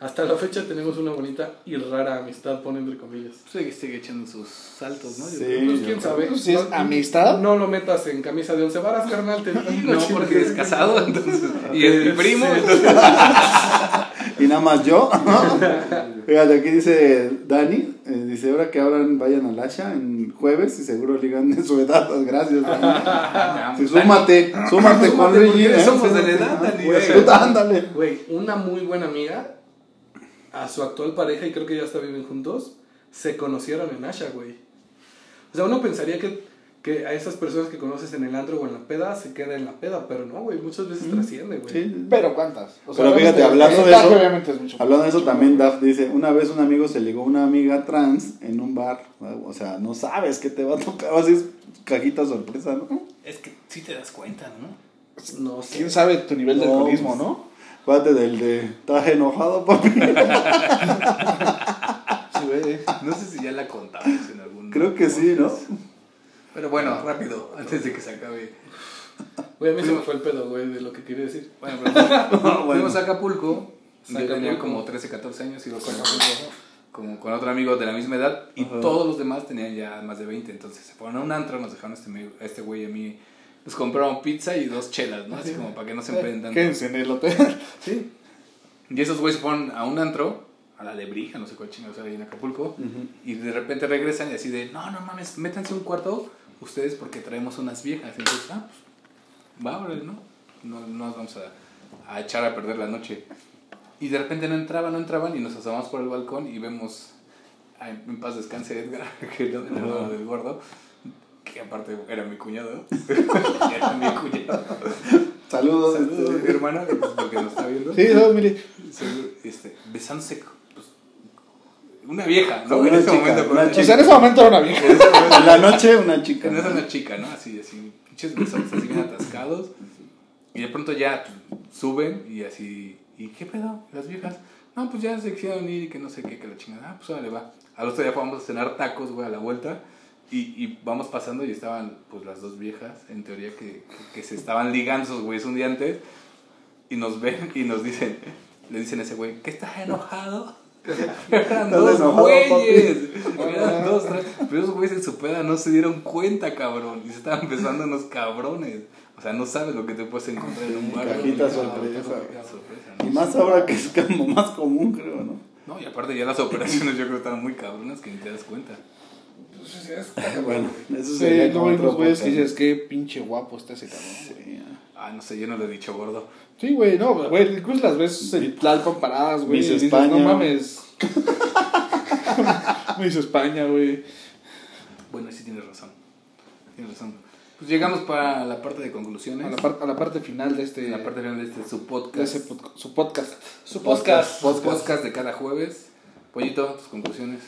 [SPEAKER 3] Hasta la fecha tenemos una bonita y rara amistad, pone entre comillas.
[SPEAKER 1] Sigue, sigue echando sus saltos, ¿no?
[SPEAKER 4] Sí.
[SPEAKER 3] Pues
[SPEAKER 4] yo
[SPEAKER 3] quién
[SPEAKER 4] creo.
[SPEAKER 3] sabe.
[SPEAKER 2] Si es amistad.
[SPEAKER 3] No lo metas en camisa de once varas, carnal, te digo.
[SPEAKER 1] No, porque es casado, entonces. Y es mi primo,
[SPEAKER 3] Sí.
[SPEAKER 1] entonces.
[SPEAKER 4] Y nada más yo. Fíjate, aquí dice Dani, eh, dice, ahora que hablan, vayan a Lasha en jueves y seguro ligan de su edad. Gracias, Dani.
[SPEAKER 1] ah,
[SPEAKER 4] Sí, súmate, súmate Juan
[SPEAKER 1] Súmate,
[SPEAKER 4] Luigi.
[SPEAKER 1] porque
[SPEAKER 4] ¿eh?
[SPEAKER 1] somos de la
[SPEAKER 4] Súmate.
[SPEAKER 1] edad,
[SPEAKER 4] Ah,
[SPEAKER 1] Dani, eh.
[SPEAKER 4] pues,
[SPEAKER 1] güey.
[SPEAKER 4] Ándale.
[SPEAKER 3] Güey, una muy buena amiga, a su actual pareja, y creo que ya hasta viven juntos, se conocieron en Asha, güey. O sea, uno pensaría que, que a esas personas que conoces en el antro o en la peda, se queda en la peda, pero no, güey, muchas veces trasciende, güey.
[SPEAKER 4] Sí.
[SPEAKER 2] Pero cuántas. O
[SPEAKER 4] Pero
[SPEAKER 2] obviamente,
[SPEAKER 4] fíjate, hablando
[SPEAKER 2] el
[SPEAKER 4] de
[SPEAKER 2] porcentaje
[SPEAKER 4] eso-
[SPEAKER 2] obviamente es mucho.
[SPEAKER 4] Hablando de eso, también Daf dice, una vez un amigo se ligó a una amiga trans en un bar. O sea, no sabes qué te va a tocar, así es cajita sorpresa, ¿no?
[SPEAKER 1] Es que sí te das cuenta, ¿no?
[SPEAKER 3] No sé.
[SPEAKER 2] ¿Quién sabe tu nivel de
[SPEAKER 4] No,
[SPEAKER 2] alcoholismo,
[SPEAKER 4] pues,
[SPEAKER 2] no?
[SPEAKER 4] Acuérdate del de, estás enojado, papi.
[SPEAKER 2] Sí, güey.
[SPEAKER 1] No sé si ya la contamos en algún.
[SPEAKER 4] Creo que sí, ¿no?
[SPEAKER 1] Pero bueno, rápido, antes de que se acabe.
[SPEAKER 3] Güey, a mí se me fue el pedo, güey, de lo que quería decir.
[SPEAKER 1] Bueno, pero
[SPEAKER 4] Bueno.
[SPEAKER 1] fuimos a Acapulco. Yo
[SPEAKER 3] Acapulco.
[SPEAKER 1] tenía como 13, 14 años, iba con, con, con otro amigo de la misma edad y
[SPEAKER 4] Ajá.
[SPEAKER 1] todos los demás tenían ya más de 20. Entonces se fueron a un antro, nos dejaron a este, amigo- a este güey y a mí. Nos compraron pizza y dos chelas, ¿no? Así como para que no se empeden tanto.
[SPEAKER 2] Quédense en el hotel.
[SPEAKER 1] Sí. Y esos güeyes se fueron a un antro, a la de Brija, no sé cuál chingados era ahí en Acapulco. Y de repente regresan y así de, no, no mames, métanse un cuarto ustedes porque traemos unas viejas. Entonces, ah, pues, va, órale, ¿no? No, no nos vamos a, a echar a perder la noche. Y de repente no entraban, no entraban y nos asomamos por el balcón y vemos, a- en paz descanse Edgar, que era el hermano del gordo, que aparte era mi cuñado. era mi cuñado.
[SPEAKER 4] Saludos.
[SPEAKER 1] Saludos,
[SPEAKER 4] este.
[SPEAKER 1] mi hermana, que es lo que nos está viendo
[SPEAKER 2] Sí, no, mire.
[SPEAKER 1] este, besándose pues, una vieja, ¿no?
[SPEAKER 4] Con
[SPEAKER 1] en
[SPEAKER 4] una
[SPEAKER 1] ese
[SPEAKER 4] chica,
[SPEAKER 1] momento, con
[SPEAKER 4] una
[SPEAKER 1] una
[SPEAKER 2] O
[SPEAKER 1] chica.
[SPEAKER 2] sea, en ese momento era una vieja.
[SPEAKER 4] En la noche una chica.
[SPEAKER 1] En esa una chica, ¿no? Así, así, pinches besotes así bien atascados. Y de pronto ya pues, suben y así, ¿y qué pedo? Las viejas, no, pues ya se quisieron ir y que no sé qué, que la chingada, ah, pues órale, va. Al otro día vamos a cenar tacos, güey, a la vuelta. Y, y vamos pasando y estaban, pues, las dos viejas, en teoría, que, que se estaban ligando esos güeyes un día antes. Y nos ven y nos dicen, le dicen a ese güey, ¿qué estás enojado? Eran
[SPEAKER 4] Estás
[SPEAKER 1] dos
[SPEAKER 4] enojado,
[SPEAKER 1] güeyes. Eran dos, tres. Pero esos güeyes en su peda no se dieron cuenta, cabrón. Y se estaban besando unos cabrones. O sea, no sabes lo que te puedes encontrar en un bar.
[SPEAKER 4] Cajita
[SPEAKER 1] güey.
[SPEAKER 4] sorpresa.
[SPEAKER 1] Cajita sorpresa,
[SPEAKER 4] Y
[SPEAKER 1] ¿no?
[SPEAKER 4] más ahora que es como más común, creo, ¿no?
[SPEAKER 1] No, y aparte ya las operaciones yo creo que estaban muy cabronas que ni te das cuenta.
[SPEAKER 4] Bueno, eso
[SPEAKER 2] Sí,
[SPEAKER 4] sería
[SPEAKER 2] no,
[SPEAKER 4] como
[SPEAKER 2] hay
[SPEAKER 4] otro
[SPEAKER 2] unos güeyes que
[SPEAKER 4] podcast.
[SPEAKER 2] dices, qué pinche guapo está ese cabrón. güey".
[SPEAKER 4] Sí, ah.
[SPEAKER 1] Ah, no sé, yo no lo he dicho gordo.
[SPEAKER 2] Sí, güey, no, güey, incluso las ves en Tlalpan paradas, güey.
[SPEAKER 4] Miss
[SPEAKER 2] y dices,
[SPEAKER 4] España.
[SPEAKER 2] No mames. Me hizo España, güey.
[SPEAKER 1] Bueno, sí tienes razón. Tienes razón. Pues llegamos para la parte de conclusiones.
[SPEAKER 2] A la, par- a la parte final de este.
[SPEAKER 1] La parte final de este su
[SPEAKER 2] de
[SPEAKER 1] podcast.
[SPEAKER 2] ese pod- su podcast.
[SPEAKER 3] Su podcast.
[SPEAKER 1] Podcast, de cada jueves. Pollito, tus conclusiones.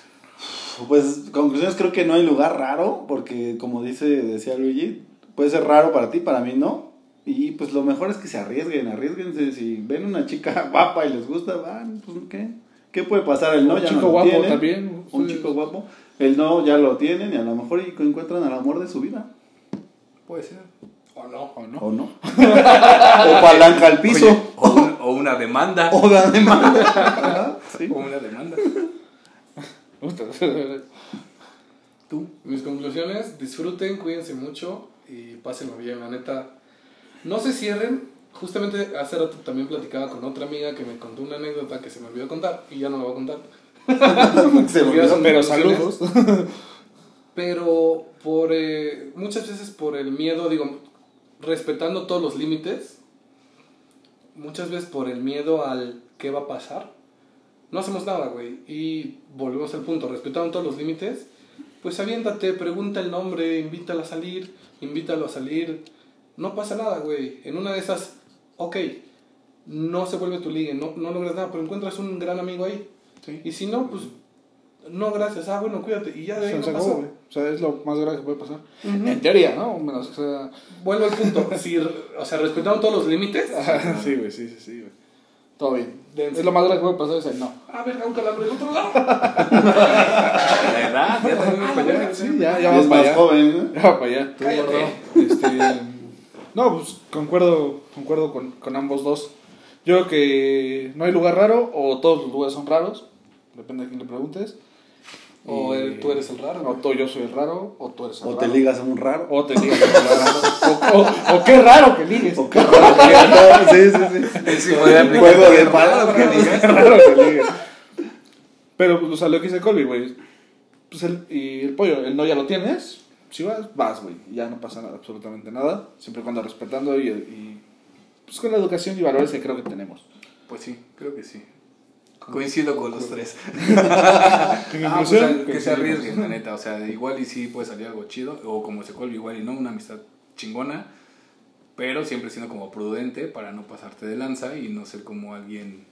[SPEAKER 4] Pues conclusiones creo que no hay lugar raro, porque como dice, decía Luigi, puede ser raro para ti, para mí no. Y pues lo mejor es que se arriesguen, arriesguense. Si ven una chica guapa y les gusta, van, pues ¿qué? ¿Qué puede pasar? El no
[SPEAKER 2] un
[SPEAKER 4] ya
[SPEAKER 2] chico
[SPEAKER 4] no lo
[SPEAKER 2] guapo
[SPEAKER 4] tienen.
[SPEAKER 2] también.
[SPEAKER 4] Un
[SPEAKER 2] sí.
[SPEAKER 4] chico guapo. El no ya lo tienen y a lo mejor y encuentran al amor de su vida.
[SPEAKER 1] Puede ser.
[SPEAKER 3] ¿O no?
[SPEAKER 2] ¿O no?
[SPEAKER 4] O no. o palanca al piso.
[SPEAKER 1] Oye, o, un- o una demanda.
[SPEAKER 4] O la demanda. Ajá, sí.
[SPEAKER 1] O una demanda. Tú.
[SPEAKER 3] Mis conclusiones, disfruten, cuídense mucho y pásenlo bien, la neta. No se cierren. Justamente hace rato también platicaba con otra amiga que me contó una anécdota que se me olvidó contar y ya no la voy a contar.
[SPEAKER 4] Se lo
[SPEAKER 3] Porque ya
[SPEAKER 4] olvidó.
[SPEAKER 3] son
[SPEAKER 2] Pero
[SPEAKER 3] conclusiones.
[SPEAKER 2] saludos.
[SPEAKER 3] Pero por eh, muchas veces por el miedo, digo, respetando todos los límites, muchas veces por el miedo al qué va a pasar, no hacemos nada, güey. Y volvemos al punto, respetando todos los límites, pues aviéntate, pregunta el nombre, invítala a salir, invítalo a salir, no pasa nada, güey. En una de esas, ok, no se vuelve tu ligue, no, no logras nada, pero encuentras un gran amigo ahí. Y si no, pues, no, gracias, ah, bueno, cuídate, y ya de ahí
[SPEAKER 2] Se
[SPEAKER 3] no
[SPEAKER 2] sacó,
[SPEAKER 3] pasó.
[SPEAKER 2] güey. O sea, es lo más grave que puede pasar.
[SPEAKER 3] Ujú.
[SPEAKER 2] En teoría, ¿no? Menos, o sea.
[SPEAKER 3] Eh, Vuelvo al punto. Si, o sea, respetando todos los límites.
[SPEAKER 2] sí, güey, sí, sí, sí, güey. Todo bien.
[SPEAKER 3] Dense.
[SPEAKER 2] Es lo más grave que puede pasar, es el no.
[SPEAKER 3] A ver, ah, un calambre del otro lado.
[SPEAKER 1] La edad, ya también me peleé.
[SPEAKER 2] Sí, ya,
[SPEAKER 4] Y es más joven. ¿no?
[SPEAKER 2] Ya va para allá.
[SPEAKER 1] Tú, gordo.
[SPEAKER 2] Este, no, pues concuerdo, concuerdo con, con ambos dos. Yo creo que no hay lugar raro o todos los lugares son raros. Depende de quién le preguntes.
[SPEAKER 3] O
[SPEAKER 2] Y-
[SPEAKER 3] el- tú eres el raro.
[SPEAKER 2] O eh, tú, yo soy el raro o tú eres el
[SPEAKER 4] O
[SPEAKER 2] raro.
[SPEAKER 4] te ligas a un raro.
[SPEAKER 2] O te ligas. el raro. O, o- o qué raro que ligues.
[SPEAKER 4] O qué raro. Sí, sí, sí.
[SPEAKER 1] Sí, voy a aplicar
[SPEAKER 4] Juego de
[SPEAKER 1] cualquier
[SPEAKER 4] palabras.
[SPEAKER 1] palabra, güey.
[SPEAKER 2] Qué raro que ligues. Pero, pues, o sea, lo que dice Colby, güey. Pues el, y el pollo, el no ya lo tienes. Si vas, vas, güey. Ya no pasa nada, absolutamente nada. Siempre y cuando respetando y, y, pues con la educación y valores que creo que tenemos.
[SPEAKER 1] Pues sí, creo que sí. Coincido con los tres.
[SPEAKER 2] En
[SPEAKER 1] Ah, pues,
[SPEAKER 2] conclusión,
[SPEAKER 1] que se
[SPEAKER 2] coincidimos.
[SPEAKER 1] arriesguen, la neta. O sea, igual y sí puede salir algo chido. O como se colve, igual y no, una amistad chingona. Pero siempre siendo como prudente para no pasarte de lanza y no ser como alguien.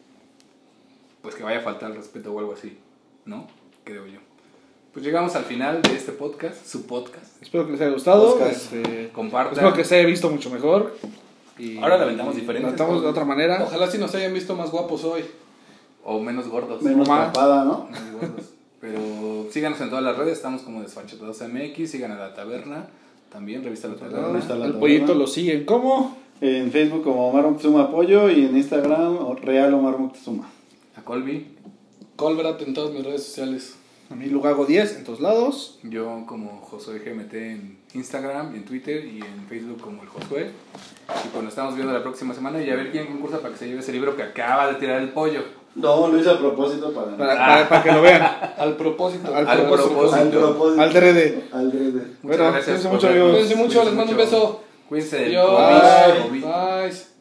[SPEAKER 1] Pues que vaya a faltar el respeto o algo así. ¿No? Creo yo. Pues llegamos al final de este podcast, su podcast.
[SPEAKER 2] Espero que les haya gustado.
[SPEAKER 4] Oscar.
[SPEAKER 2] este, espero
[SPEAKER 1] Compartan.
[SPEAKER 2] que se haya visto mucho mejor.
[SPEAKER 1] Ahora la aventamos
[SPEAKER 2] La
[SPEAKER 1] diferente.
[SPEAKER 2] aventamos de otra manera.
[SPEAKER 3] Ojalá si nos hayan visto más guapos hoy.
[SPEAKER 1] O menos gordos.
[SPEAKER 4] Menos
[SPEAKER 2] Mamá.
[SPEAKER 4] tapada, ¿no?
[SPEAKER 1] Muy gordos. Pero síganos en todas las redes, estamos como Desfachatados MX, sigan a la taberna, también revista la taberna.
[SPEAKER 4] Revista La
[SPEAKER 2] Al
[SPEAKER 4] Taberna.
[SPEAKER 2] pollito lo siguen como.
[SPEAKER 4] En Facebook como Omar Moctezuma Apoyo y en Instagram o Real Omar Moctezuma.
[SPEAKER 1] A Colby,
[SPEAKER 3] Colbrat en todas mis redes sociales.
[SPEAKER 2] A mí Lugago 10 en todos lados.
[SPEAKER 1] yo como Josué GMT en Instagram, en Twitter y en Facebook como el Josué. Y pues nos estamos viendo la próxima semana y a ver quién concursa para que se lleve ese libro que acaba de tirar el pollo.
[SPEAKER 4] No, lo hice a propósito
[SPEAKER 2] Para,
[SPEAKER 1] Ah.
[SPEAKER 2] para- para que lo vean.
[SPEAKER 3] Al propósito.
[SPEAKER 2] Al
[SPEAKER 1] Al
[SPEAKER 2] propósito.
[SPEAKER 4] Al
[SPEAKER 1] propósito.
[SPEAKER 4] propósito.
[SPEAKER 2] Al DRD.
[SPEAKER 4] Al DRD.
[SPEAKER 1] Muchas
[SPEAKER 2] Bueno,
[SPEAKER 1] gracias
[SPEAKER 2] cuídense
[SPEAKER 1] por
[SPEAKER 2] mucho,
[SPEAKER 1] vernos.
[SPEAKER 2] amigos.
[SPEAKER 3] Cuídense mucho, les mando un beso.
[SPEAKER 1] Cuídense del
[SPEAKER 3] Adiós.
[SPEAKER 1] COVID,
[SPEAKER 3] Bye.
[SPEAKER 1] COVID.
[SPEAKER 3] Bye.